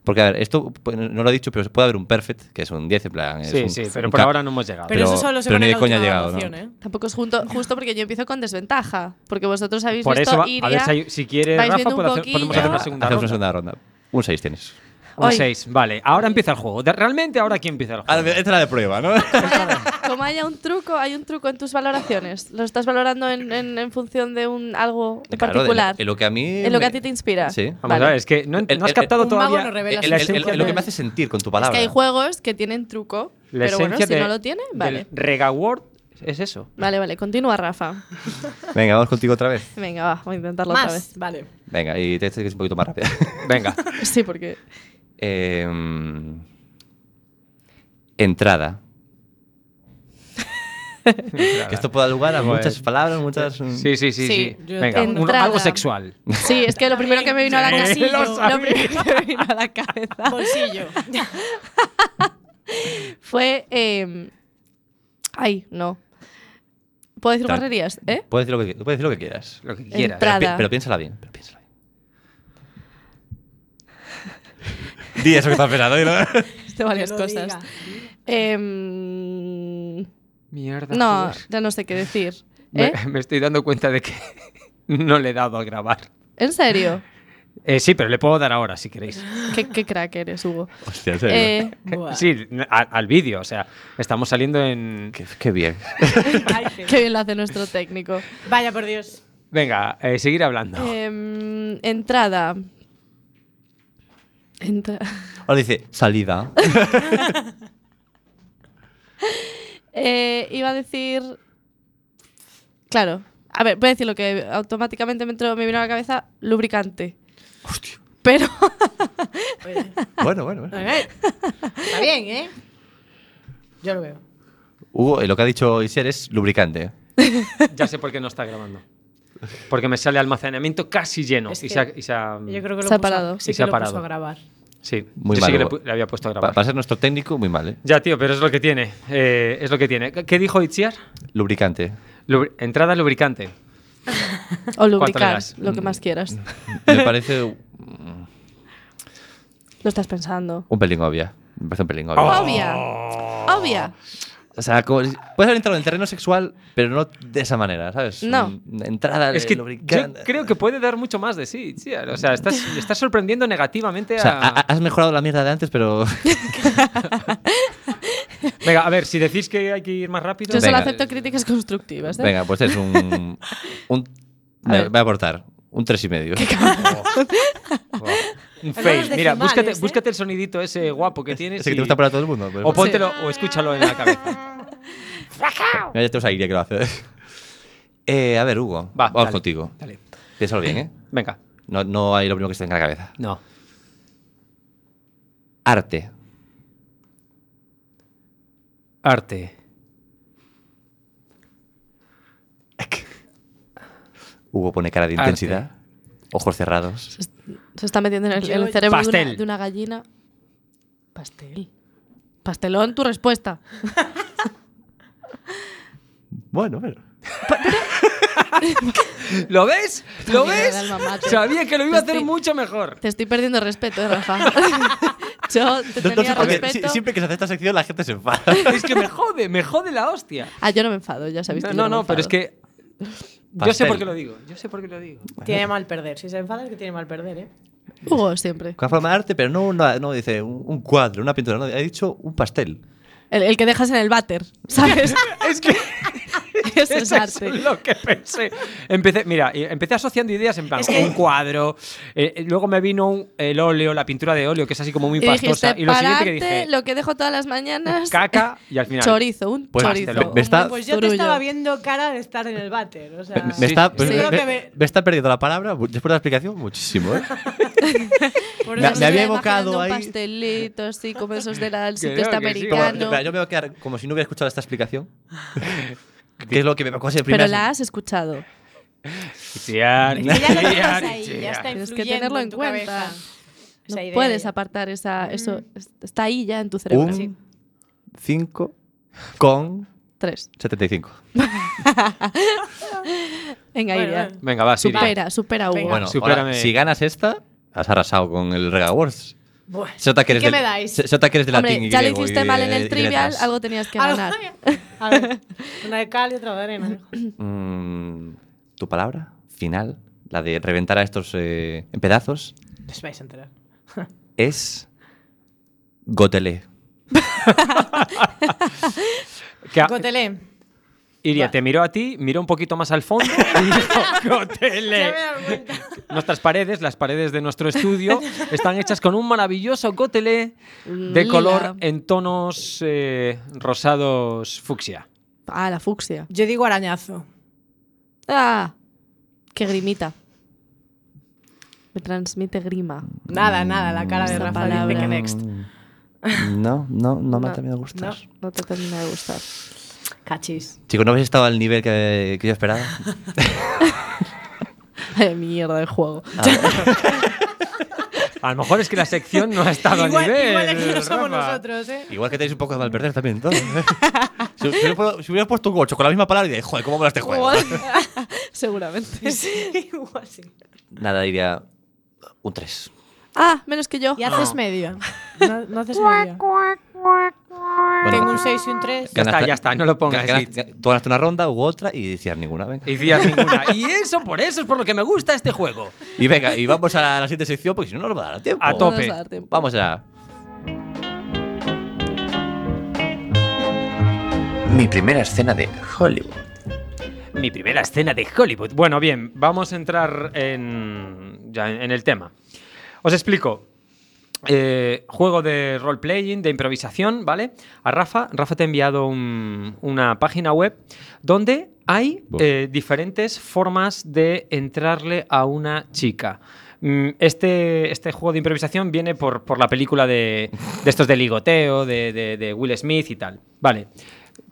Speaker 3: Porque, a ver, esto pues, no lo he dicho, pero puede haber un perfect, que es un 10 en plan. es
Speaker 6: Sí,
Speaker 3: un-
Speaker 6: sí,
Speaker 3: un
Speaker 6: pero por
Speaker 3: ca-
Speaker 6: ahora no hemos llegado.
Speaker 5: Pero,
Speaker 3: Pero-
Speaker 5: eso solo se
Speaker 3: pero
Speaker 5: pone
Speaker 3: ni de
Speaker 5: en la
Speaker 3: coña
Speaker 5: última
Speaker 3: ha llegado,
Speaker 5: evaluación, ¿eh?
Speaker 4: Tampoco es junto, justo porque yo empiezo con desventaja. Porque vosotros habéis
Speaker 6: Por
Speaker 4: visto
Speaker 6: eso, va-
Speaker 4: Iria.
Speaker 6: a ver si, hay- si quiere
Speaker 4: vais
Speaker 6: Rafa,
Speaker 4: viendo un
Speaker 6: puede hacer-
Speaker 4: poquillo.
Speaker 6: podemos hacer una segunda
Speaker 3: Hacemos una
Speaker 6: ronda.
Speaker 3: segunda ronda. Un 6 tienes.
Speaker 6: Un
Speaker 4: Hoy. Ah,
Speaker 6: 6, vale. Ahora empieza el juego. De- Realmente ahora aquí empieza el juego.
Speaker 3: Ahora, esta es la Ah, de prueba, [LAUGHS] ¿no?
Speaker 4: Como haya- [LAUGHS] Como haya un truco, hay un truco en tus valoraciones. Lo estás valorando en, en- en función de un algo en
Speaker 3: Claro, de
Speaker 4: particular.
Speaker 3: lo- en lo que a mí
Speaker 4: En lo que a
Speaker 3: me-
Speaker 4: ti te inspira.
Speaker 3: Sí.
Speaker 6: Vamos
Speaker 4: Vale.
Speaker 6: a ver, es que no, no
Speaker 3: El-
Speaker 6: has
Speaker 3: el-
Speaker 6: captado
Speaker 5: un mago
Speaker 6: todavía
Speaker 5: no revela
Speaker 3: El-
Speaker 5: la
Speaker 3: el-
Speaker 5: esencia
Speaker 3: el- lo que
Speaker 5: del-
Speaker 3: me hace sentir con tu
Speaker 4: Es
Speaker 3: palabra.
Speaker 4: que hay juegos que tienen truco,
Speaker 6: la
Speaker 4: pero bueno,
Speaker 6: esencia
Speaker 4: si
Speaker 6: de-
Speaker 4: no lo tiene,
Speaker 6: del
Speaker 4: vale.
Speaker 6: Rega Word es eso.
Speaker 4: Vale, vale, continúa Rafa.
Speaker 3: Venga, vamos contigo otra vez.
Speaker 4: Venga, va, voy a intentarlo otra
Speaker 5: Más.
Speaker 4: vez. [LAUGHS]
Speaker 5: Vale.
Speaker 3: Venga, y te que es un poquito más rápido. [LAUGHS]
Speaker 6: Venga.
Speaker 4: Sí,
Speaker 6: [LAUGHS]
Speaker 4: porque
Speaker 3: Em, entrada. Que esto pueda dar lugar a
Speaker 6: Bueno.
Speaker 3: muchas palabras, muchas. mm,
Speaker 6: Sí, sí,
Speaker 4: Sí.
Speaker 6: sí. sí.
Speaker 5: Yo-
Speaker 6: Venga, un-
Speaker 4: Entrada.
Speaker 6: algo sexual.
Speaker 4: Sí, es que lo primero que me vino a la
Speaker 5: Sí,
Speaker 4: cabeza.
Speaker 6: lo sabía.
Speaker 4: Lo primero que me vino a la cabeza
Speaker 5: Bolsillo.
Speaker 4: fue. eh, ay, no. ¿Puedo decir
Speaker 3: Tra-
Speaker 4: barrerías? ¿Eh?
Speaker 3: Puedes decir lo que, puedes decir lo que quieras.
Speaker 6: Lo que quieras.
Speaker 4: Entrada.
Speaker 3: Pero, pi- pero piénsala bien. [LAUGHS] Pero piénsala bien. Di eso que estás pensando. dilo.
Speaker 4: [LAUGHS] De varias
Speaker 5: lo
Speaker 4: cosas.
Speaker 5: diga.
Speaker 4: Em,
Speaker 6: Mierda.
Speaker 4: no,
Speaker 6: joder.
Speaker 4: ya no sé qué decir.
Speaker 6: Me,
Speaker 4: ¿Eh?
Speaker 6: me estoy dando cuenta de que [LAUGHS] no le he dado a grabar.
Speaker 4: ¿En serio?
Speaker 6: Eh, sí, pero le puedo dar ahora si queréis.
Speaker 4: ¿Qué, qué crack eres, Hugo.
Speaker 3: Hostia, en serio.
Speaker 4: Eh,
Speaker 5: Buah.
Speaker 6: Sí, a- al vídeo, o sea, estamos saliendo en.
Speaker 3: Qué, qué bien.
Speaker 5: [LAUGHS] Ay, qué-
Speaker 4: qué bien lo hace nuestro técnico.
Speaker 5: Vaya por Dios.
Speaker 6: Venga, eh, seguir hablando.
Speaker 4: Em, entrada. Entra- [LAUGHS]
Speaker 3: Ahora dice salida.
Speaker 4: Eh, iba a decir. Claro. A ver, voy a decir lo que automáticamente me, entró- me vino a la cabeza: lubricante. Pero.
Speaker 5: Oye,
Speaker 3: Bueno, bueno, bueno.
Speaker 5: Está bien, ¿eh? Yo lo veo.
Speaker 3: Hugo, eh, lo que ha dicho Isier es lubricante.
Speaker 6: [LAUGHS] Ya sé por qué no está grabando. Porque me sale almacenamiento casi lleno.
Speaker 5: Es
Speaker 6: y
Speaker 5: que-
Speaker 6: se ha- y se ha-
Speaker 5: Yo creo que lo
Speaker 4: Se ha
Speaker 5: puso-
Speaker 4: parado.
Speaker 5: Sí,
Speaker 6: Y se ha
Speaker 5: que lo puso
Speaker 6: parado.
Speaker 5: a grabar.
Speaker 6: Sí,
Speaker 3: Muy
Speaker 6: yo
Speaker 3: mal,
Speaker 6: sí que le,
Speaker 3: Hugo.
Speaker 6: pu- le había puesto
Speaker 3: Pa-
Speaker 6: a grabar.
Speaker 3: para ser nuestro técnico, muy mal, ¿eh?
Speaker 6: Ya, tío, pero es lo que tiene. eh, es lo que tiene. ¿Qué- ¿Qué dijo Itziar?
Speaker 3: Lubricante.
Speaker 6: Lubri- entrada lubricante.
Speaker 4: O
Speaker 6: ¿Cuánto le
Speaker 4: lubricar,
Speaker 6: das? Mm.
Speaker 4: lo que más quieras.
Speaker 3: Me parece mm,
Speaker 4: Lo estás pensando.
Speaker 3: un pelín obvia. Me parece un pelín
Speaker 6: Oh.
Speaker 3: obvia.
Speaker 4: Obvia. Obvia.
Speaker 3: O sea, como, puedes haber entrado en el terreno sexual, pero no de esa manera, ¿sabes?
Speaker 4: No.
Speaker 3: Mm, Entrada
Speaker 6: Es que yo
Speaker 3: lubricante.
Speaker 6: creo que puede dar mucho más de sí, Itziar. O sea, estás,
Speaker 4: [LAUGHS]
Speaker 6: estás sorprendiendo negativamente
Speaker 3: O sea,
Speaker 6: a...
Speaker 3: ha- has mejorado la mierda de antes, pero.
Speaker 6: Venga, a ver, si decís que hay que ir más rápido...
Speaker 4: Yo solo
Speaker 3: Venga.
Speaker 4: acepto críticas constructivas. ¿eh?
Speaker 3: Venga, pues es un. un
Speaker 4: A
Speaker 3: me,
Speaker 4: ver.
Speaker 3: voy a aportar. Un tres y medio.
Speaker 6: Un
Speaker 5: Algunos
Speaker 6: fail. Mira,
Speaker 5: decimales,
Speaker 6: búscate,
Speaker 5: ¿eh?
Speaker 6: búscate el sonidito ese guapo que tienes.
Speaker 3: Ese que
Speaker 6: y-
Speaker 3: te gusta para todo el mundo. pues. pero-
Speaker 6: O póntelo o escúchalo en la
Speaker 4: [LAUGHS]
Speaker 6: cabeza.
Speaker 3: Mira, ya tenemos a Iria que lo hace. Eh, a ver, Hugo.
Speaker 6: Va,
Speaker 3: vamos
Speaker 6: dale,
Speaker 3: contigo.
Speaker 6: Dale.
Speaker 3: Piénsalo bien, ¿eh?
Speaker 6: Venga.
Speaker 3: No, no hay lo primero que se tenga en la cabeza.
Speaker 6: No.
Speaker 3: Arte.
Speaker 6: Arte.
Speaker 3: Hugo pone cara de
Speaker 6: Arte.
Speaker 3: intensidad. Ojos cerrados.
Speaker 4: Se está metiendo en el,
Speaker 5: Yo-
Speaker 4: en el cerebro de una,
Speaker 6: Pastel.
Speaker 4: de una gallina. Pastel. Pastelón, tu respuesta.
Speaker 3: Bueno, bueno.
Speaker 6: ¿Lo ves? ¿Lo
Speaker 4: Mira,
Speaker 6: ves?
Speaker 4: el alma mater.
Speaker 6: Sabía que lo iba a hacer
Speaker 4: Estoy- [LAUGHS]
Speaker 6: mucho mejor.
Speaker 4: Te estoy perdiendo respeto, ¿eh,
Speaker 5: [LAUGHS]
Speaker 4: Rafa. Yo te tenía respeto.
Speaker 3: siempre que se hace esta sección la gente se enfada.
Speaker 6: Es que me jode, me jode la hostia.
Speaker 4: Ah, yo no me enfado, ya sabéis que
Speaker 6: No,
Speaker 4: yo
Speaker 6: no,
Speaker 4: me
Speaker 6: no, pero es
Speaker 4: enfado.
Speaker 6: que. Yo sé
Speaker 3: Pastel.
Speaker 6: por qué lo digo. Yo sé por qué lo digo.
Speaker 5: Tiene mal perder. Si se enfada es que tiene mal perder, ¿eh?
Speaker 4: Hugo siempre.
Speaker 3: Con forma de arte, pero no, una- no dice un un cuadro, una pintura, no, ha dicho un pastel.
Speaker 4: El, el que dejas en el
Speaker 6: [LAUGHS]
Speaker 4: váter, [LAUGHS] ¿sabes?
Speaker 6: Es que.
Speaker 5: [LAUGHS]
Speaker 4: Eso es
Speaker 6: eso es
Speaker 4: arte.
Speaker 6: lo que pensé. Empecé, mira, eh, empecé asociando ideas en plan
Speaker 5: Es que-
Speaker 6: un cuadro. eh, eh, luego me vino un- el óleo, la pintura de óleo, que es así como muy
Speaker 4: Y dijiste,
Speaker 6: pastosa. Y, lo
Speaker 4: para
Speaker 6: siguiente que
Speaker 4: arte,
Speaker 6: dije.
Speaker 4: lo que dejo todas las mañanas. [LAUGHS]
Speaker 6: Caca y al final.
Speaker 4: Chorizo, un
Speaker 3: Pues,
Speaker 4: chorizo.
Speaker 6: pastelón.
Speaker 3: me-
Speaker 4: un
Speaker 3: me está-
Speaker 5: [LAUGHS] Pues yo te
Speaker 4: zurullo.
Speaker 5: estaba viendo cara de estar en el váter. O sea,
Speaker 3: Me,
Speaker 6: Sí,
Speaker 3: está,
Speaker 6: sí,
Speaker 3: pues,
Speaker 5: [LAUGHS] Ah, sí.
Speaker 3: me-
Speaker 5: Creo
Speaker 3: me-
Speaker 5: que me-
Speaker 3: me está perdiendo la palabra bu- después de la explicación muchísimo. ¿eh?
Speaker 5: por
Speaker 3: me-
Speaker 5: eso
Speaker 3: me había
Speaker 4: imaginando
Speaker 3: evocado
Speaker 4: un
Speaker 3: ahí-
Speaker 4: pastelito así, como esos del
Speaker 6: [LAUGHS]
Speaker 4: al- sitio
Speaker 6: no,
Speaker 4: este
Speaker 6: que sí,
Speaker 3: Como-
Speaker 4: americano.
Speaker 3: espera, yo me voy a quedar como si no hubiera escuchado esta
Speaker 4: [LAUGHS]
Speaker 3: explicación. que es lo que me pasó de
Speaker 4: Pero
Speaker 3: primeras.
Speaker 4: la has escuchado.
Speaker 6: [LAUGHS] Itziar,
Speaker 5: Ya lo tienes
Speaker 6: Itziar,
Speaker 5: ahí, [LAUGHS] ya
Speaker 6: Itziar.
Speaker 5: está
Speaker 4: Tienes que
Speaker 5: influyendo
Speaker 4: tenerlo en
Speaker 5: tu
Speaker 4: cuenta.
Speaker 5: cabeza.
Speaker 4: No
Speaker 5: Esa idea Mm.
Speaker 4: puedes
Speaker 5: ya.
Speaker 4: apartar esa, eso. es- Está ahí ya en tu cerebro.
Speaker 3: un 5 con
Speaker 4: Tres.
Speaker 3: 75.
Speaker 4: Venga,
Speaker 5: Bueno,
Speaker 4: Iria.
Speaker 5: bueno.
Speaker 6: Venga, va, Siri.
Speaker 4: Supera, supera a Hugo.
Speaker 5: Venga.
Speaker 3: Bueno,
Speaker 6: supérame.
Speaker 3: ahora, si ganas esta, has arrasado con el Rega Awards.
Speaker 5: Buah.
Speaker 3: Se nota que eres
Speaker 5: ¿Qué
Speaker 3: del-
Speaker 5: me dais?
Speaker 3: se- se nota que eres de latín
Speaker 4: Hombre,
Speaker 3: y
Speaker 4: ya lo
Speaker 3: griego
Speaker 4: hiciste
Speaker 3: y
Speaker 4: mal en
Speaker 3: de-
Speaker 6: eh,
Speaker 4: el
Speaker 3: y
Speaker 4: trivial,
Speaker 3: letras.
Speaker 4: algo tenías que
Speaker 5: Algo-
Speaker 4: ganar.
Speaker 5: A ver, una de cal y otra de arena. hijo.
Speaker 3: Mm, tu palabra final, la de reventar a estos eh, en pedazos,
Speaker 5: Os vais a enterar.
Speaker 3: es gotelé.
Speaker 6: Que a-
Speaker 5: Cotelé.
Speaker 6: Iria te miró a ti, miró un poquito más al fondo
Speaker 5: [LAUGHS]
Speaker 6: y dijo, "Cótele".
Speaker 5: Ya me he dado cuenta.
Speaker 6: Nuestras paredes, las paredes de nuestro estudio, están hechas con un maravilloso cótele de
Speaker 4: Lila.
Speaker 6: color en tonos eh, rosados fucsia.
Speaker 4: Ah, la fucsia.
Speaker 5: Yo digo arañazo.
Speaker 4: Ah, qué grimita. Me transmite grima.
Speaker 5: Nada, nada, la cara de
Speaker 4: Esa
Speaker 5: Rafa
Speaker 4: palabra.
Speaker 5: dice que next.
Speaker 3: Mm. No, no, no me ha
Speaker 4: No, Ah.
Speaker 3: terminado de gustar.
Speaker 4: No te termina de gustar. [LAUGHS]
Speaker 5: Cachis.
Speaker 3: Chicos, ¿no habéis estado al nivel que, que yo esperaba?
Speaker 4: Ay, mierda de juego.
Speaker 6: A lo mejor es que la sección no ha estado
Speaker 5: igual,
Speaker 6: a nivel.
Speaker 5: igual aquí no somos
Speaker 6: Rafa.
Speaker 5: nosotros, ¿eh?
Speaker 3: Igual que tenéis un poco de mal perder también,
Speaker 6: [LAUGHS]
Speaker 3: entonces. si, si hubiera pu- si hubiera puesto un 8 con la misma palabra, diría, joder, ¿cómo mola este juego?
Speaker 5: [LAUGHS]
Speaker 4: Seguramente.
Speaker 5: Sí, igual sí.
Speaker 3: Nada, diría un 3.
Speaker 4: Ah, menos que yo.
Speaker 5: Y haces media. No, no haces media. Tengo un 6 y un 3.
Speaker 6: Ya está, ya está, no lo pongas, sí.
Speaker 3: Tú ganaste una ronda, hubo otra y decías ninguna, venga.
Speaker 6: Y días ninguna. Y eso, por eso, es por lo que me gusta este juego.
Speaker 3: Y venga, y vamos a la, la siguiente sección porque si no, no nos va a dar tiempo.
Speaker 6: A
Speaker 4: No nos
Speaker 6: tope.
Speaker 4: va a dar tiempo.
Speaker 3: Vamos allá.
Speaker 1: Mi primera escena de Hollywood.
Speaker 6: Mi primera escena de Hollywood. Bueno, bien, vamos a entrar en, ya en en el tema. Os explico. Eh, juego de role-playing, de improvisación, ¿vale? A Rafa, Rafa te ha enviado un- una página web donde hay
Speaker 3: Buah.
Speaker 6: eh, diferentes formas de entrarle a una chica. Mm, Este, este juego de improvisación viene por, por la película de, de estos de ligoteo, de, de- de Will Smith y tal. Vale.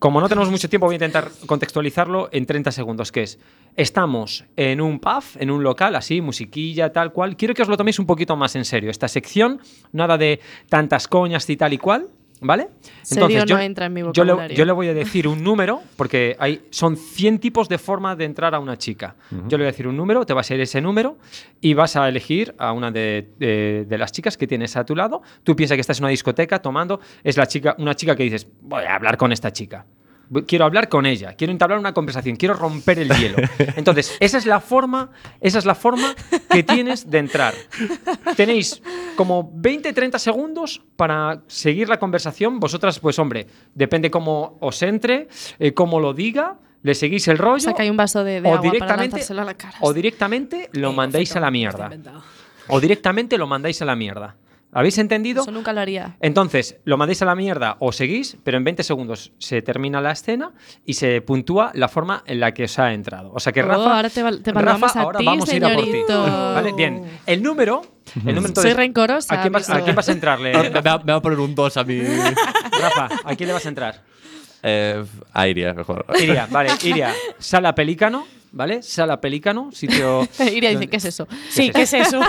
Speaker 6: Como no tenemos mucho tiempo, voy a intentar contextualizarlo en 30 segundos, que es, estamos en un pub, en un local, así, musiquilla, tal cual. Quiero que os lo toméis un poquito más en serio. Esta sección, nada de tantas coñas y tal y cual, ¿vale?
Speaker 4: Serio no entra en mi
Speaker 6: yo le-
Speaker 4: vocabulario.
Speaker 6: yo le voy a decir un número, porque hay, son 100 tipos de formas de entrar a una chica. Yo le voy a decir un número, te va a ser ese número y vas a elegir a una de, de- de las chicas que tienes a tu lado. Tú piensas que estás en una discoteca tomando, es la chica, una chica que dices, voy a hablar con esta chica. Voy- Quiero hablar con ella, quiero entablar una conversación, quiero romper el hielo. Entonces, esa es la forma, esa es la forma que tienes de entrar. Tenéis como 20-30 segundos para seguir la conversación. Vosotras, pues hombre, depende cómo os entre, eh, cómo lo diga, le seguís el rollo.
Speaker 4: O sea, que hay un vaso de, de agua para lanzárselo a la cara.
Speaker 6: o directamente lo mandáis a la mierda. O directamente lo mandáis a la mierda. ¿Habéis entendido?
Speaker 4: Eso nunca lo haría.
Speaker 6: Entonces, lo mandáis a la mierda o seguís, pero en 20 segundos se termina la escena y se puntúa la forma en la que os ha entrado. O sea que
Speaker 4: Oh,
Speaker 6: Rafa.
Speaker 4: ahora te val- te valoramos
Speaker 6: Rafa,
Speaker 4: a
Speaker 6: ahora
Speaker 4: ti,
Speaker 6: vamos a ir a por ti.
Speaker 4: señorito.
Speaker 6: Vale, bien. El número. El número
Speaker 4: Soy
Speaker 6: entonces,
Speaker 4: rencorosa,
Speaker 6: ¿A quién vas a,
Speaker 4: aviso.
Speaker 6: quién vas
Speaker 3: [LAUGHS]
Speaker 6: a entrarle?
Speaker 3: me, va, me va a poner un 2 a
Speaker 6: [LAUGHS]
Speaker 3: mí.
Speaker 6: Rafa, ¿a quién le vas a entrar?
Speaker 3: eh, a Iria, mejor.
Speaker 6: Iria, vale, Iria. Sala Pelícano, ¿vale? Sala Pelícano, sitio.
Speaker 4: [LAUGHS] Iria dice,
Speaker 6: donde-
Speaker 4: ¿qué es eso?
Speaker 5: Sí, ¿qué es eso?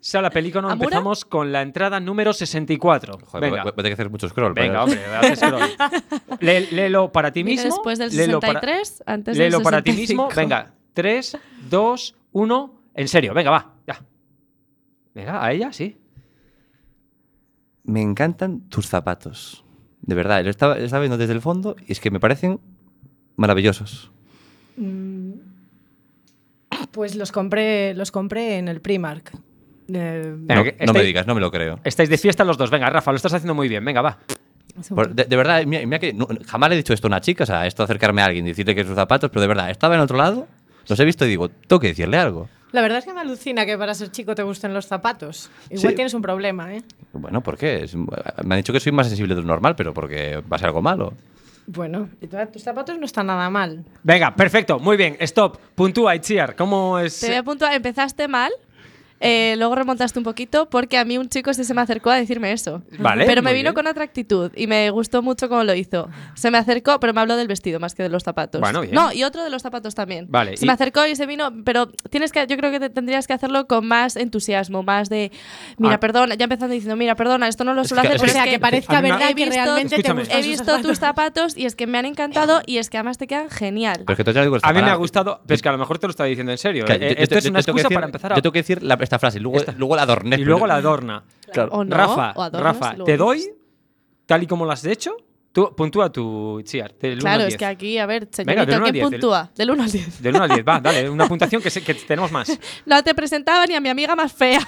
Speaker 6: Sala Pelícano,
Speaker 4: ¿Amura?
Speaker 6: empezamos con la entrada número 64.
Speaker 3: Joder,
Speaker 6: Venga.
Speaker 3: Voy, voy a tener que hacer mucho scroll. pero-
Speaker 6: Venga, hombre, haz scroll. [LAUGHS] Lé- léelo para ti
Speaker 4: Viene
Speaker 6: mismo.
Speaker 4: después del
Speaker 6: léelo para-
Speaker 4: 63, antes del
Speaker 6: léelo para ti
Speaker 4: 65.
Speaker 6: mismo. Venga, 3, 2, 1. En serio, venga, va. Ya. Venga, a ella, sí.
Speaker 3: Me encantan tus zapatos. De verdad, lo estaba, lo estaba viendo desde el fondo y es que me parecen maravillosos.
Speaker 5: [LAUGHS] Pues los compré, los compré en el Primark. Eh,
Speaker 6: Venga,
Speaker 3: no
Speaker 6: que este-
Speaker 3: no me
Speaker 6: estáis-
Speaker 3: digas, no me lo creo.
Speaker 6: Estáis de fiesta los dos. Venga, Rafa, lo estás haciendo muy bien. Venga, va.
Speaker 5: hace un
Speaker 3: Por- de, de verdad, mira- mira que no- jamás le he dicho esto a una chica, o sea, esto de acercarme a alguien, decirle que sus zapatos, pero de verdad, estaba en otro lado, los he visto y digo, tengo que decirle algo.
Speaker 5: La verdad es que me alucina que para ser chico te gusten los zapatos. Igual
Speaker 3: Sí.
Speaker 5: tienes un problema, ¿eh?
Speaker 3: Bueno, ¿por qué? Es- me han dicho que soy más sensible de lo normal, pero porque va a ser algo malo.
Speaker 5: Bueno, y tu- tus zapatos no están nada mal.
Speaker 6: Venga, perfecto. Muy bien. Stop. Puntúa, Itziar. ¿Cómo es?
Speaker 4: Te voy a puntuar. Empezaste mal. eh, luego remontaste un poquito porque a mí un chico sí se me acercó a decirme eso.
Speaker 6: Vale,
Speaker 4: Pero me
Speaker 6: muy
Speaker 4: vino
Speaker 6: bien.
Speaker 4: con otra actitud y me gustó mucho cómo lo hizo. Se me acercó, pero me habló del vestido más que de los zapatos.
Speaker 6: Bueno, bien.
Speaker 4: No, y otro de los zapatos también.
Speaker 6: Vale,
Speaker 4: Se
Speaker 6: y-
Speaker 4: me acercó y se vino, pero tienes que, yo creo que te- tendrías que hacerlo con más entusiasmo, más de, mira,
Speaker 6: Ah.
Speaker 4: perdona, ya empezando diciendo, mira, perdona, esto no lo suelo
Speaker 3: que-
Speaker 4: hacer.
Speaker 3: es
Speaker 5: O
Speaker 4: pero
Speaker 5: sea, que, parezca
Speaker 6: a mí me-
Speaker 5: verdad
Speaker 4: he
Speaker 5: que
Speaker 4: visto-
Speaker 5: realmente te
Speaker 6: Escúchame.
Speaker 5: gustan
Speaker 4: He
Speaker 5: sus
Speaker 4: visto
Speaker 5: zapatos.
Speaker 4: tus zapatos y es que me han encantado y es que además te quedan genial.
Speaker 3: Pero es que tú ya digo,
Speaker 6: A mí me
Speaker 3: para-
Speaker 6: ha gustado. Pero es que a lo mejor te lo estaba diciendo en serio.
Speaker 3: Claro,
Speaker 6: Eh,
Speaker 3: yo- yo
Speaker 6: Esto
Speaker 3: te-
Speaker 6: es
Speaker 3: yo
Speaker 6: una
Speaker 3: te tengo que
Speaker 6: excusa
Speaker 3: decir-
Speaker 6: para empezar a.
Speaker 3: Yo tengo que decir la- esta frase, y luego, luego la adorné.
Speaker 6: Y
Speaker 3: pero-
Speaker 6: luego la adorna.
Speaker 3: Claro.
Speaker 4: O no,
Speaker 6: Rafa,
Speaker 4: o adornas
Speaker 6: Rafa,
Speaker 4: y luego
Speaker 6: te
Speaker 4: dices.
Speaker 6: doy, tal y como lo has hecho, tú, puntúa tu Itziar. Del 1
Speaker 4: Claro,
Speaker 6: al
Speaker 4: es
Speaker 6: 10.
Speaker 4: que aquí, a ver,
Speaker 6: Venga, del
Speaker 4: señorito,
Speaker 6: uno al
Speaker 4: ¿quién
Speaker 6: diez, del-
Speaker 4: puntúa? Del 1 al 10.
Speaker 6: [LAUGHS] Del 1
Speaker 4: [LAUGHS]
Speaker 6: al 10, va, dale, una puntuación que, se- que tenemos más.
Speaker 4: No te presentaba ni a mi amiga más
Speaker 6: [LAUGHS]
Speaker 4: fea.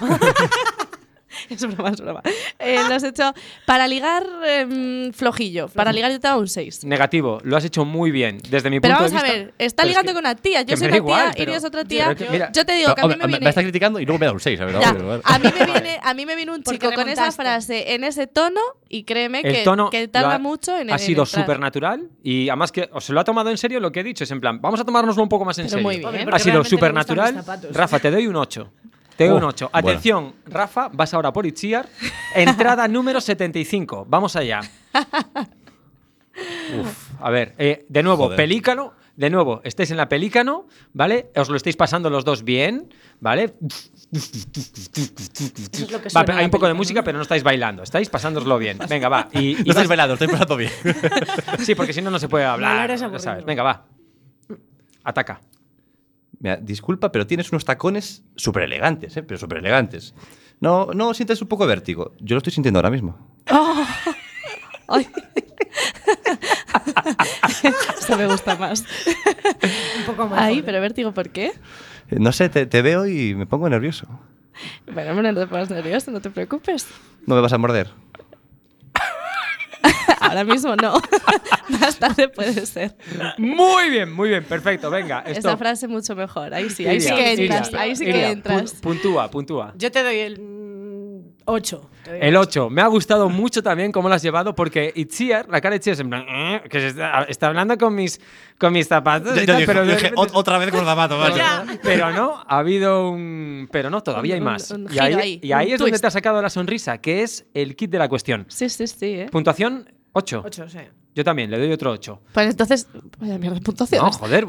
Speaker 4: es broma, es broma. Eh, lo has hecho para ligar em, flojillo. Para ligar yo te daba un 6.
Speaker 6: Negativo, lo has hecho muy bien, desde mi
Speaker 4: Pero vamos
Speaker 6: punto de
Speaker 4: a
Speaker 6: vista.
Speaker 4: ver, está
Speaker 6: pero es
Speaker 4: ligando
Speaker 6: que-
Speaker 4: con una tía.
Speaker 6: que
Speaker 4: Yo
Speaker 6: me
Speaker 4: soy
Speaker 6: da
Speaker 4: una
Speaker 6: igual,
Speaker 4: tía,
Speaker 6: pero-
Speaker 4: Iria es otra
Speaker 6: Yo-
Speaker 4: tía.
Speaker 6: que- mira-
Speaker 4: yo te digo que a mí
Speaker 3: Hombre,
Speaker 4: me
Speaker 3: me,
Speaker 4: viene...
Speaker 3: está criticando y luego me da un 6. A ver,
Speaker 4: Ya,
Speaker 3: vale, vale.
Speaker 4: a mí me
Speaker 6: [LAUGHS]
Speaker 4: viene, a mí me vino un
Speaker 5: Porque
Speaker 4: chico con esa
Speaker 5: remontaste.
Speaker 4: frase en ese tono y créeme
Speaker 6: El
Speaker 4: que,
Speaker 6: tono
Speaker 4: que
Speaker 6: lo
Speaker 4: tarda
Speaker 6: ha-
Speaker 4: mucho en
Speaker 6: ha
Speaker 4: en
Speaker 6: sido
Speaker 4: entrar.
Speaker 6: supernatural y además que o se lo ha tomado en serio lo que he dicho. Es en plan, vamos a tomárnoslo un poco más en
Speaker 4: Pero
Speaker 6: serio.
Speaker 4: muy bien. Hombre,
Speaker 6: Ha
Speaker 5: porque
Speaker 6: sido
Speaker 5: realmente me gustan mis
Speaker 6: supernatural.
Speaker 5: zapatos.
Speaker 6: Rafa, te doy un 8. Te doy un
Speaker 3: Oh,
Speaker 6: 8.
Speaker 3: bueno.
Speaker 6: Atención, Rafa, vas ahora por Itziar. Entrada número 75. Vamos allá. Uf, a ver, eh, de nuevo,
Speaker 3: Joder.
Speaker 6: pelícano, de nuevo, estáis en la pelícano, ¿vale? Os lo estáis pasando los dos bien, ¿vale?
Speaker 5: Eso es lo que
Speaker 6: Va,
Speaker 5: suena
Speaker 6: pero
Speaker 5: la
Speaker 6: hay un poco de
Speaker 5: película,
Speaker 6: música,
Speaker 5: ¿no?
Speaker 6: pero no estáis bailando, estáis pasándoslo bien. Venga, va.
Speaker 3: [LAUGHS]
Speaker 6: Y, y
Speaker 3: No estáis
Speaker 6: vas-
Speaker 3: bailando, estáis pasando bien.
Speaker 6: sí, porque si no, no se puede hablar.
Speaker 5: Bailar es
Speaker 6: ya
Speaker 5: aburrido.
Speaker 6: sabes. Venga, va. Ataca.
Speaker 3: [LAUGHS] Mira, disculpa, pero tienes unos tacones súper elegantes, ¿eh? Pero súper elegantes. No, no, sientes un poco de vértigo. Yo lo estoy sintiendo ahora mismo.
Speaker 6: [LAUGHS]
Speaker 4: Ay. [LAUGHS] Esto me gusta más.
Speaker 5: Un poco más.
Speaker 4: Ay,
Speaker 5: joven.
Speaker 4: pero vértigo, ¿por qué?
Speaker 3: Eh, No sé, te, te veo y me pongo nervioso.
Speaker 4: Bueno, hombre, no te pongas nervioso, no te preocupes.
Speaker 3: No me vas a morder.
Speaker 4: [LAUGHS] Ahora mismo [LAUGHS] no. Más tarde puede ser.
Speaker 6: Muy bien, muy bien, perfecto. Venga,
Speaker 4: Esa
Speaker 6: esto.
Speaker 4: frase mucho mejor. Ahí sí, ahí
Speaker 6: Iria,
Speaker 4: sí que
Speaker 6: Iria,
Speaker 4: entras. Ahí sí
Speaker 6: Iria,
Speaker 4: que entras.
Speaker 6: pun- Puntúa, puntúa.
Speaker 5: Yo te doy mm, el 8.
Speaker 6: El 8. Me ha gustado mucho también cómo lo has llevado porque Itziar, la cara de Itziar es en plan, "Eh", que se está, está hablando con mis, con mis zapatos. y tal, pero de repente-
Speaker 3: otra vez con zapato,
Speaker 5: Ya.
Speaker 6: Pero no, ha habido un... Pero no, todavía hay
Speaker 4: Un-
Speaker 6: más.
Speaker 4: un
Speaker 6: y
Speaker 4: giro
Speaker 6: ahí,
Speaker 4: ahí,
Speaker 6: y ahí
Speaker 4: un
Speaker 6: es donde
Speaker 4: twist.
Speaker 6: te ha sacado la sonrisa, que es el kit de la cuestión.
Speaker 4: Sí, sí, sí, ¿eh?
Speaker 6: Puntuación 8.
Speaker 5: 8, sí.
Speaker 6: Yo también, le doy otro 8.
Speaker 4: Pues entonces, vaya mierda, puntuación.
Speaker 6: No, joder.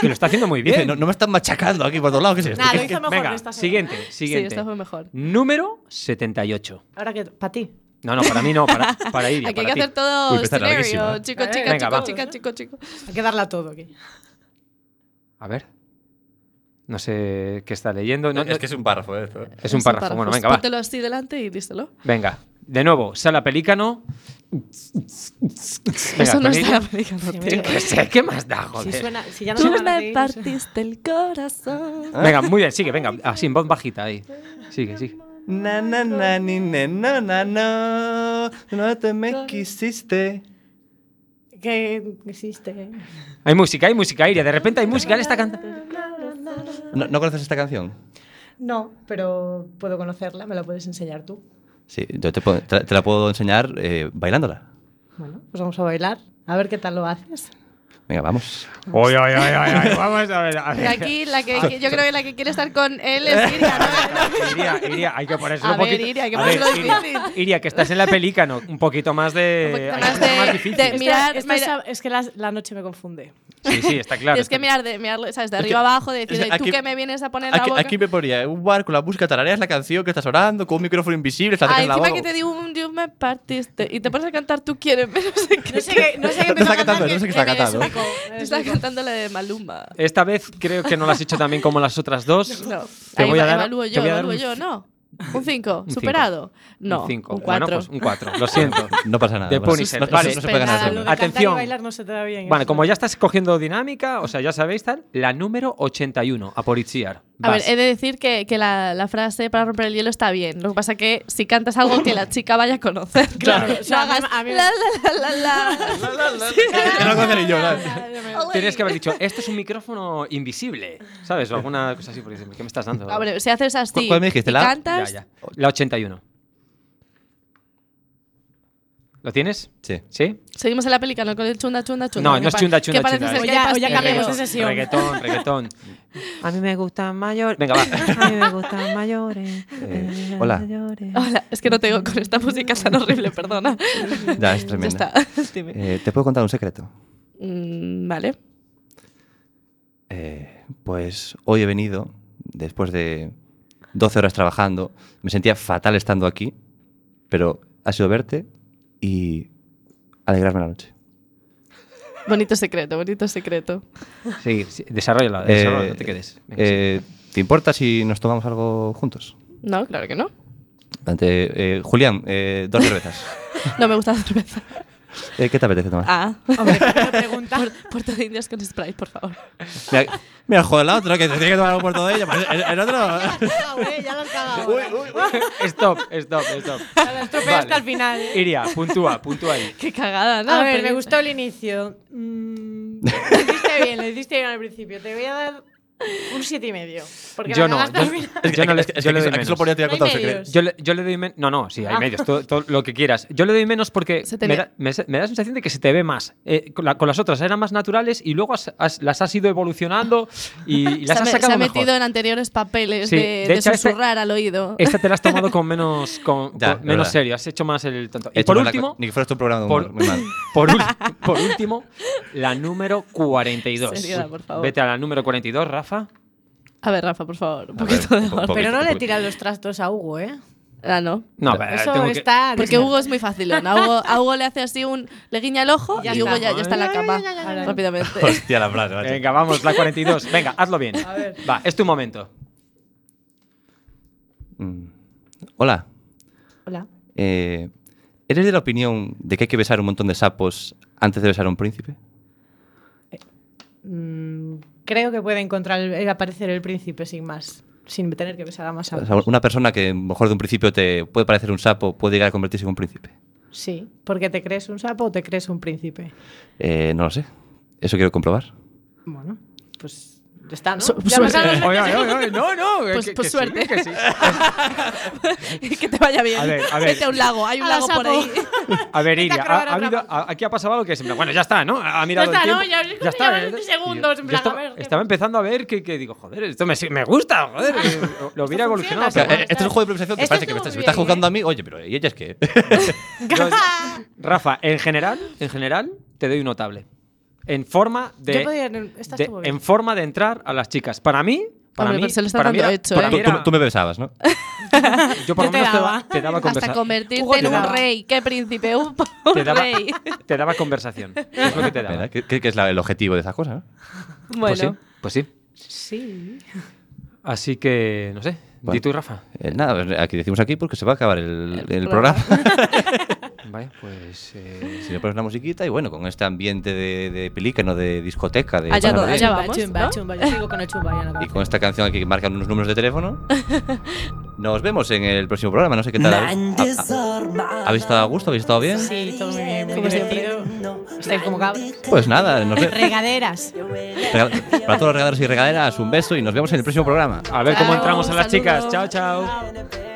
Speaker 6: que lo está haciendo muy bien.
Speaker 3: Dice, no, no me están machacando aquí por todos lados. ¿Qué es esto?
Speaker 5: Nada,
Speaker 6: Que-
Speaker 5: lo hizo
Speaker 6: que-
Speaker 5: mejor
Speaker 6: Venga,
Speaker 5: que esta semana.
Speaker 6: siguiente,
Speaker 4: sí,
Speaker 6: siguiente.
Speaker 4: esta fue mejor.
Speaker 6: Número 78.
Speaker 5: Ahora que. Para ti.
Speaker 6: No, no, para mí no, para, para Iria,
Speaker 4: Aquí hay que
Speaker 6: para ti.
Speaker 4: hacer todo
Speaker 3: Uy, pero está
Speaker 4: escenario.
Speaker 3: larguísimo, ¿eh?
Speaker 4: Chico,
Speaker 5: Venga,
Speaker 4: chica,
Speaker 6: va.
Speaker 4: chico, chico, chico, chico.
Speaker 5: Hay que darla todo aquí.
Speaker 6: A ver. No sé qué está leyendo. No, no-
Speaker 1: es que es un párrafo eh, esto. eh.
Speaker 6: es un párrafo. Bueno, venga, va.
Speaker 4: Póntelo así delante y díselo.
Speaker 6: Venga. De nuevo, sala pelícano. Venga,
Speaker 4: Eso no
Speaker 6: con Iria.
Speaker 4: está aplicando.
Speaker 5: Sí,
Speaker 6: Yo qué sé, ¿qué más da,
Speaker 5: Si,
Speaker 6: joder?
Speaker 5: suena, si ya no
Speaker 4: Tú
Speaker 5: suena la
Speaker 4: me
Speaker 5: ti, no sé.
Speaker 4: partiste el corazón.
Speaker 6: Venga, muy bien, sigue, venga. Así, en voz bajita ahí. Sigue, sigue.
Speaker 3: Na, na, na, ni, ne, na, na, no. No te me quisiste.
Speaker 5: Que existe. ¿eh?
Speaker 6: Hay música, hay música, Iria. De repente hay música, él está cantando.
Speaker 3: ¿No, no conoces esta canción?
Speaker 5: No, pero puedo conocerla, me la puedes enseñar tú.
Speaker 3: Sí, yo te, puedo- te la- te la puedo enseñar eh, bailándola.
Speaker 5: Bueno, pues vamos a bailar, a ver qué tal lo haces.
Speaker 3: Venga, vamos.
Speaker 6: Oy, oy, oy, oy, oy, Vamos a ver. a ver.
Speaker 4: Y aquí la que, que-
Speaker 6: Ah,
Speaker 4: yo creo que la que quiere estar con él es Iria, ¿no?
Speaker 6: [LAUGHS] Iria, Iria, hay que ponerse
Speaker 4: A
Speaker 6: un
Speaker 4: ver,
Speaker 6: poquito.
Speaker 4: Iria, hay que
Speaker 6: a ver,
Speaker 4: ponérselo
Speaker 6: Iria,
Speaker 4: difícil.
Speaker 6: Iria, que estás en la pelícano, un poquito más de.
Speaker 4: Un poquito
Speaker 6: hay que
Speaker 4: más
Speaker 6: ponerlo
Speaker 4: de-
Speaker 6: más difícil.
Speaker 4: de- Mirar-
Speaker 5: Esta- esta
Speaker 4: mira-
Speaker 5: es- es que la, la noche me confunde.
Speaker 6: Sí, sí, está claro.
Speaker 4: Tienes que
Speaker 6: está-
Speaker 4: mirar de, mirarlo, ¿sabes? De arriba abajo, de decir,
Speaker 3: es que
Speaker 4: ¿tú
Speaker 3: aquí-
Speaker 4: qué me vienes a poner en la
Speaker 3: Aquí,
Speaker 4: boca?
Speaker 3: aquí me ponía un bar con la música, tarareas la canción que estás orando, con un micrófono invisible, estás
Speaker 4: Ah,
Speaker 3: en la
Speaker 4: encima
Speaker 3: boca.
Speaker 4: que te digo un Dios me partiste y te pones a cantar tú quieres, pero no sé qué.
Speaker 5: No sé qué, no sé qué
Speaker 3: No está cantando, no sé qué está cantando.
Speaker 4: Te Estaba cantando la de Maluma.
Speaker 6: Esta vez creo que no lo has hecho también como las otras dos.
Speaker 4: No.
Speaker 6: Te
Speaker 4: Ahí
Speaker 6: voy a
Speaker 4: va-
Speaker 6: dar-
Speaker 4: evalúo
Speaker 6: te
Speaker 4: yo,
Speaker 6: voy a dar
Speaker 4: evalúo yo,
Speaker 6: un
Speaker 4: ¿no? Un 5,
Speaker 6: cinco.
Speaker 4: superado. No, un 4.
Speaker 6: cinco. Bueno, pues un 4.
Speaker 4: [LAUGHS]
Speaker 6: Lo siento.
Speaker 3: No pasa nada.
Speaker 6: De
Speaker 3: bueno,
Speaker 6: Punisher.
Speaker 3: no- no-
Speaker 6: Vale.
Speaker 3: no se puede ganar
Speaker 5: Nada,
Speaker 3: siempre.
Speaker 5: lo de cantar y
Speaker 6: Atención.
Speaker 5: bailar no se te da bien.
Speaker 6: Vale,
Speaker 5: eso.
Speaker 6: como ya estás cogiendo dinámica, o sea, ya sabéis, tal, la número 81, a por Itziar.
Speaker 4: A ver, eh,
Speaker 6: Vas.
Speaker 4: he de decir que, que la, la frase para romper el hielo está bien. Lo que pasa que si cantas algo que la chica vaya a conocer,
Speaker 5: Claro,
Speaker 4: no
Speaker 5: o sea, a mí-
Speaker 4: hagas
Speaker 5: a mí-
Speaker 4: la, la, la, la, la.
Speaker 3: Ya lo conoceré yo, ¿no?
Speaker 6: Tenías
Speaker 4: eh.
Speaker 6: que haber dicho, esto es un micrófono invisible, ¿sabes? O alguna cosa así por decirme, ¿qué me estás dando?
Speaker 4: A ver, si haces
Speaker 3: ¿Cu-
Speaker 4: así
Speaker 3: cuál me dijiste?
Speaker 4: y
Speaker 3: ¿La?
Speaker 6: ya,
Speaker 4: cantas,
Speaker 6: ya. La 81. ¿Lo tienes?
Speaker 3: Sí.
Speaker 6: ¿Sí?
Speaker 4: seguimos en la película con el chunda, chunda, chunda.
Speaker 6: No,
Speaker 4: que
Speaker 6: no es
Speaker 4: pa-
Speaker 6: chunda, chunda,
Speaker 4: que parece
Speaker 6: chunda,
Speaker 4: ser
Speaker 5: O
Speaker 4: que
Speaker 5: ya-
Speaker 4: hay
Speaker 5: o ya
Speaker 4: pastillas.
Speaker 5: cambiamos ese- sesión.
Speaker 6: Eh, Reggaetón,
Speaker 4: [LAUGHS]
Speaker 6: reggaetón.
Speaker 8: A mí me gustan mayores.
Speaker 6: Venga, va.
Speaker 8: [LAUGHS] A mí me gustan mayores.
Speaker 3: Eh, hola.
Speaker 8: Mayores.
Speaker 4: Hola, es que no te digo con esta música tan horrible, perdona.
Speaker 3: Ya, es
Speaker 4: Ya
Speaker 3: tremendo.
Speaker 4: está. [LAUGHS] Dime.
Speaker 3: Eh, te puedo contar un secreto.
Speaker 4: Mm, vale.
Speaker 3: Eh, pues hoy he venido, después de 12 horas trabajando, me sentía fatal estando aquí, pero ha sido verte y alegrarme la noche.
Speaker 4: Bonito secreto, bonito secreto.
Speaker 6: Sí, sí, desarrollala, desarrollala,
Speaker 3: Eh,
Speaker 6: no te quedes.
Speaker 4: [LAUGHS]
Speaker 6: Venga, sí.
Speaker 3: eh, ¿Te importa si nos tomamos algo juntos?
Speaker 4: No, claro que no.
Speaker 3: Ante- eh, Julián, eh, dos
Speaker 4: [LAUGHS]
Speaker 3: cervezas.
Speaker 4: No me gusta la cerveza.
Speaker 3: Eh, ¿Qué te apetece tomar?
Speaker 4: [LAUGHS] Ah.
Speaker 5: Hombre, me pregunta.
Speaker 4: Puerto de Indias con Sprite, por favor.
Speaker 3: Mira, mira, joder, la otra que se tiene que tomar algo por todo ella. pues el- el otro.
Speaker 5: Ah, güey, [LAUGHS] ya lo has cagado. ¿eh?
Speaker 6: Stop, stop, stop.
Speaker 5: La estropeé
Speaker 6: Vale.
Speaker 5: hasta el final. ¿eh?
Speaker 6: Iria, puntúa, puntúa ahí.
Speaker 4: Qué cagada, ¿no?
Speaker 5: A ver,
Speaker 4: Pero-
Speaker 5: [LAUGHS] me gustó el inicio. Mm, lo hiciste bien, lo hiciste bien al principio. Te voy a dar Un siete y medio. Porque
Speaker 6: Yo
Speaker 5: la
Speaker 6: no,
Speaker 5: cagaste
Speaker 6: yo-
Speaker 5: al final.
Speaker 6: Yo no le-
Speaker 3: Es que- es
Speaker 6: yo le
Speaker 3: que
Speaker 6: doy
Speaker 3: aquí
Speaker 6: menos.
Speaker 3: se lo ponía a tirar
Speaker 5: No hay
Speaker 3: contra el
Speaker 5: medios.
Speaker 3: secreto.
Speaker 6: Yo le, yo le doy menos. No, no, sí, hay
Speaker 5: Ah.
Speaker 6: medios, todo, todo lo que quieras. Yo le doy menos porque
Speaker 4: Se te
Speaker 6: me
Speaker 4: ve.
Speaker 6: da, me se- me da la sensación de que se te ve más. Eh, con, la- con las otras eran más naturales y luego has- has- las has ido evolucionando y, y las
Speaker 4: se ha,
Speaker 6: has
Speaker 4: me-
Speaker 6: sacado
Speaker 4: se ha
Speaker 6: mejor.
Speaker 4: metido en anteriores papeles
Speaker 6: Sí,
Speaker 4: de,
Speaker 6: de
Speaker 4: de
Speaker 6: hecho, este-
Speaker 4: susurrar al oído.
Speaker 6: Esta te la has tomado con menos, con,
Speaker 3: [LAUGHS] Ya,
Speaker 6: con
Speaker 3: es
Speaker 6: menos
Speaker 3: verdad.
Speaker 6: serio, has hecho más el tonto.
Speaker 3: He
Speaker 6: Y
Speaker 3: hecho
Speaker 6: por
Speaker 3: mal la co-
Speaker 6: último,
Speaker 3: Ni que fuera tu programa de humor,
Speaker 6: por,
Speaker 3: muy mal.
Speaker 6: por ul- por último, la número 42.
Speaker 4: Seriedad, por favor.
Speaker 6: Vete a la número 42, Rafa.
Speaker 4: A ver, Rafa, por favor, un
Speaker 3: A ver,
Speaker 4: poquito de
Speaker 3: un po-
Speaker 4: amor.
Speaker 5: Pero no
Speaker 3: poquito,
Speaker 5: le
Speaker 3: poquito.
Speaker 5: tiran los trastos a Hugo, ¿eh?
Speaker 4: Ah, no.
Speaker 6: No, eh,
Speaker 5: Eso
Speaker 6: tengo que-
Speaker 5: está.
Speaker 4: Porque Hugo es muy fácil. A Hugo, a Hugo le hace así un. Le guiña el ojo
Speaker 5: Ya
Speaker 4: y Hugo
Speaker 5: está.
Speaker 4: ya, ya está en la cama. Rápidamente.
Speaker 3: [LAUGHS]
Speaker 4: [LAUGHS]
Speaker 6: Pues,
Speaker 3: Hostia, la frase, macho.
Speaker 6: Venga, vamos, la 42. Venga, hazlo bien. Va, es tu momento.
Speaker 3: Mm. Hola.
Speaker 4: Hola.
Speaker 3: eh, ¿Eres de la opinión de que hay que besar un montón de sapos antes de besar a un príncipe?
Speaker 5: Mm, Creo que puede encontrar el- aparecer el príncipe sin más. Sin tener que besar a más
Speaker 3: O
Speaker 5: a
Speaker 3: sea, una persona que a lo mejor de un principio te puede parecer un sapo, puede llegar a convertirse en un príncipe.
Speaker 5: Sí. Porque te crees un sapo o te crees un príncipe.
Speaker 3: Eh, no lo sé. Eso quiero comprobar.
Speaker 5: Bueno, pues ya está, ¿no?
Speaker 4: Su-
Speaker 5: Ya
Speaker 4: suerte.
Speaker 6: [LAUGHS]
Speaker 5: pasaron los- [LAUGHS]
Speaker 6: Oye, oye, oye, oye, no, no.
Speaker 4: Pues-
Speaker 6: que-
Speaker 4: pues
Speaker 6: que sí,
Speaker 4: suerte.
Speaker 6: que sí.
Speaker 4: que te vaya bien.
Speaker 6: A ver, a ver.
Speaker 4: Vete a un lago. Hay un
Speaker 5: A la
Speaker 4: lago por
Speaker 5: sapo. [LAUGHS]
Speaker 4: ahí.
Speaker 6: A ver, Iria,
Speaker 5: acabar
Speaker 6: ha- ha
Speaker 5: otra
Speaker 6: habido-
Speaker 5: vez.
Speaker 6: a- aquí ha pasado algo que es en plan, Bueno, ya está, ¿no? Ha ha mirado
Speaker 5: Ya
Speaker 6: el
Speaker 5: está,
Speaker 6: tiempo.
Speaker 5: ¿no? Ya- ya
Speaker 6: está.
Speaker 5: llevan
Speaker 6: ¿eh?
Speaker 5: segundos, en
Speaker 6: Yo
Speaker 5: plan,
Speaker 6: estaba,
Speaker 5: a ver, ¿qué
Speaker 6: estaba empezando a ver que, que digo, joder, esto me, me gusta, joder. eh,
Speaker 5: [LAUGHS]
Speaker 6: lo- Lo hubiera
Speaker 5: funciona,
Speaker 6: evolucionado.
Speaker 5: esto
Speaker 6: pero
Speaker 3: Pero, eh,
Speaker 5: bueno,
Speaker 3: este es un juego de improvisación que
Speaker 5: Esto
Speaker 3: parece que me
Speaker 5: estuvo
Speaker 3: estás, me estás
Speaker 5: bien, ¿eh?
Speaker 3: juzgando a mí. Oye, pero ¿y ella es que
Speaker 5: [LAUGHS]
Speaker 6: bueno. Yo- Rafa, en general, en general, te doy un notable. En forma de.
Speaker 5: Yo podía- esta
Speaker 6: de-
Speaker 5: estuvo bien.
Speaker 6: en forma de entrar a las chicas. Para mí. Para
Speaker 4: Hombre,
Speaker 6: mí,
Speaker 4: pero se lo está
Speaker 6: para mí
Speaker 4: dando
Speaker 6: era-
Speaker 4: hecho,
Speaker 6: para
Speaker 4: ¿eh?
Speaker 6: mí
Speaker 3: tú,
Speaker 6: era-
Speaker 3: tú- tú me besabas, ¿no?
Speaker 6: Yo por lo
Speaker 5: Yo te
Speaker 6: menos te
Speaker 5: daba.
Speaker 6: da- te daba
Speaker 4: Hasta
Speaker 6: conversación.
Speaker 4: convertirte en un
Speaker 5: daba-
Speaker 4: rey. ¿Qué príncipe? Un,
Speaker 6: [LAUGHS] Te
Speaker 4: un
Speaker 6: daba,
Speaker 4: rey.
Speaker 6: [LAUGHS] te daba conversación. Es lo que te daba.
Speaker 3: ¿Verdad? Que, que- que es la- el objetivo de esas cosas, ¿no?
Speaker 6: Pues
Speaker 4: Bueno.
Speaker 6: sí, pues sí.
Speaker 5: Sí.
Speaker 6: Así que, no sé.
Speaker 3: Bueno.
Speaker 6: Di tú, Rafa.
Speaker 3: Eh, nada, pues, aquí decimos aquí porque se va a acabar el,
Speaker 4: El
Speaker 3: el
Speaker 4: programa.
Speaker 3: programa.
Speaker 4: [LAUGHS]
Speaker 6: Vale, pues.
Speaker 3: si le pones una musiquita y bueno, con este ambiente de, de pelícano, de discoteca, de...
Speaker 4: Allá
Speaker 3: pasarlo
Speaker 4: va,
Speaker 3: bien.
Speaker 4: allá vamos,
Speaker 5: Ah, chumba,
Speaker 4: ¿no?
Speaker 5: chumba. Yo sigo con el chumba ya en la
Speaker 3: Y
Speaker 5: cabeza.
Speaker 3: con esta canción aquí que marcan unos números de
Speaker 4: [LAUGHS]
Speaker 3: teléfono. Nos vemos en el próximo programa, no sé qué tal. Ha- ha- ¿Habéis estado a gusto? ¿Habéis estado bien?
Speaker 5: Sí, todo muy bien.
Speaker 4: Como
Speaker 5: Como
Speaker 4: siempre.
Speaker 5: siempre. Estáis como cabros.
Speaker 3: Pues nada, nos vemos.
Speaker 5: Regaderas.
Speaker 3: Regal- [LAUGHS] Para todos los regaderos y regaderas, un beso y nos vemos en el próximo programa.
Speaker 6: A ver cómo
Speaker 4: Chao,
Speaker 6: entramos a las
Speaker 4: saludos.
Speaker 6: chicas. chao. chao.
Speaker 5: Chao.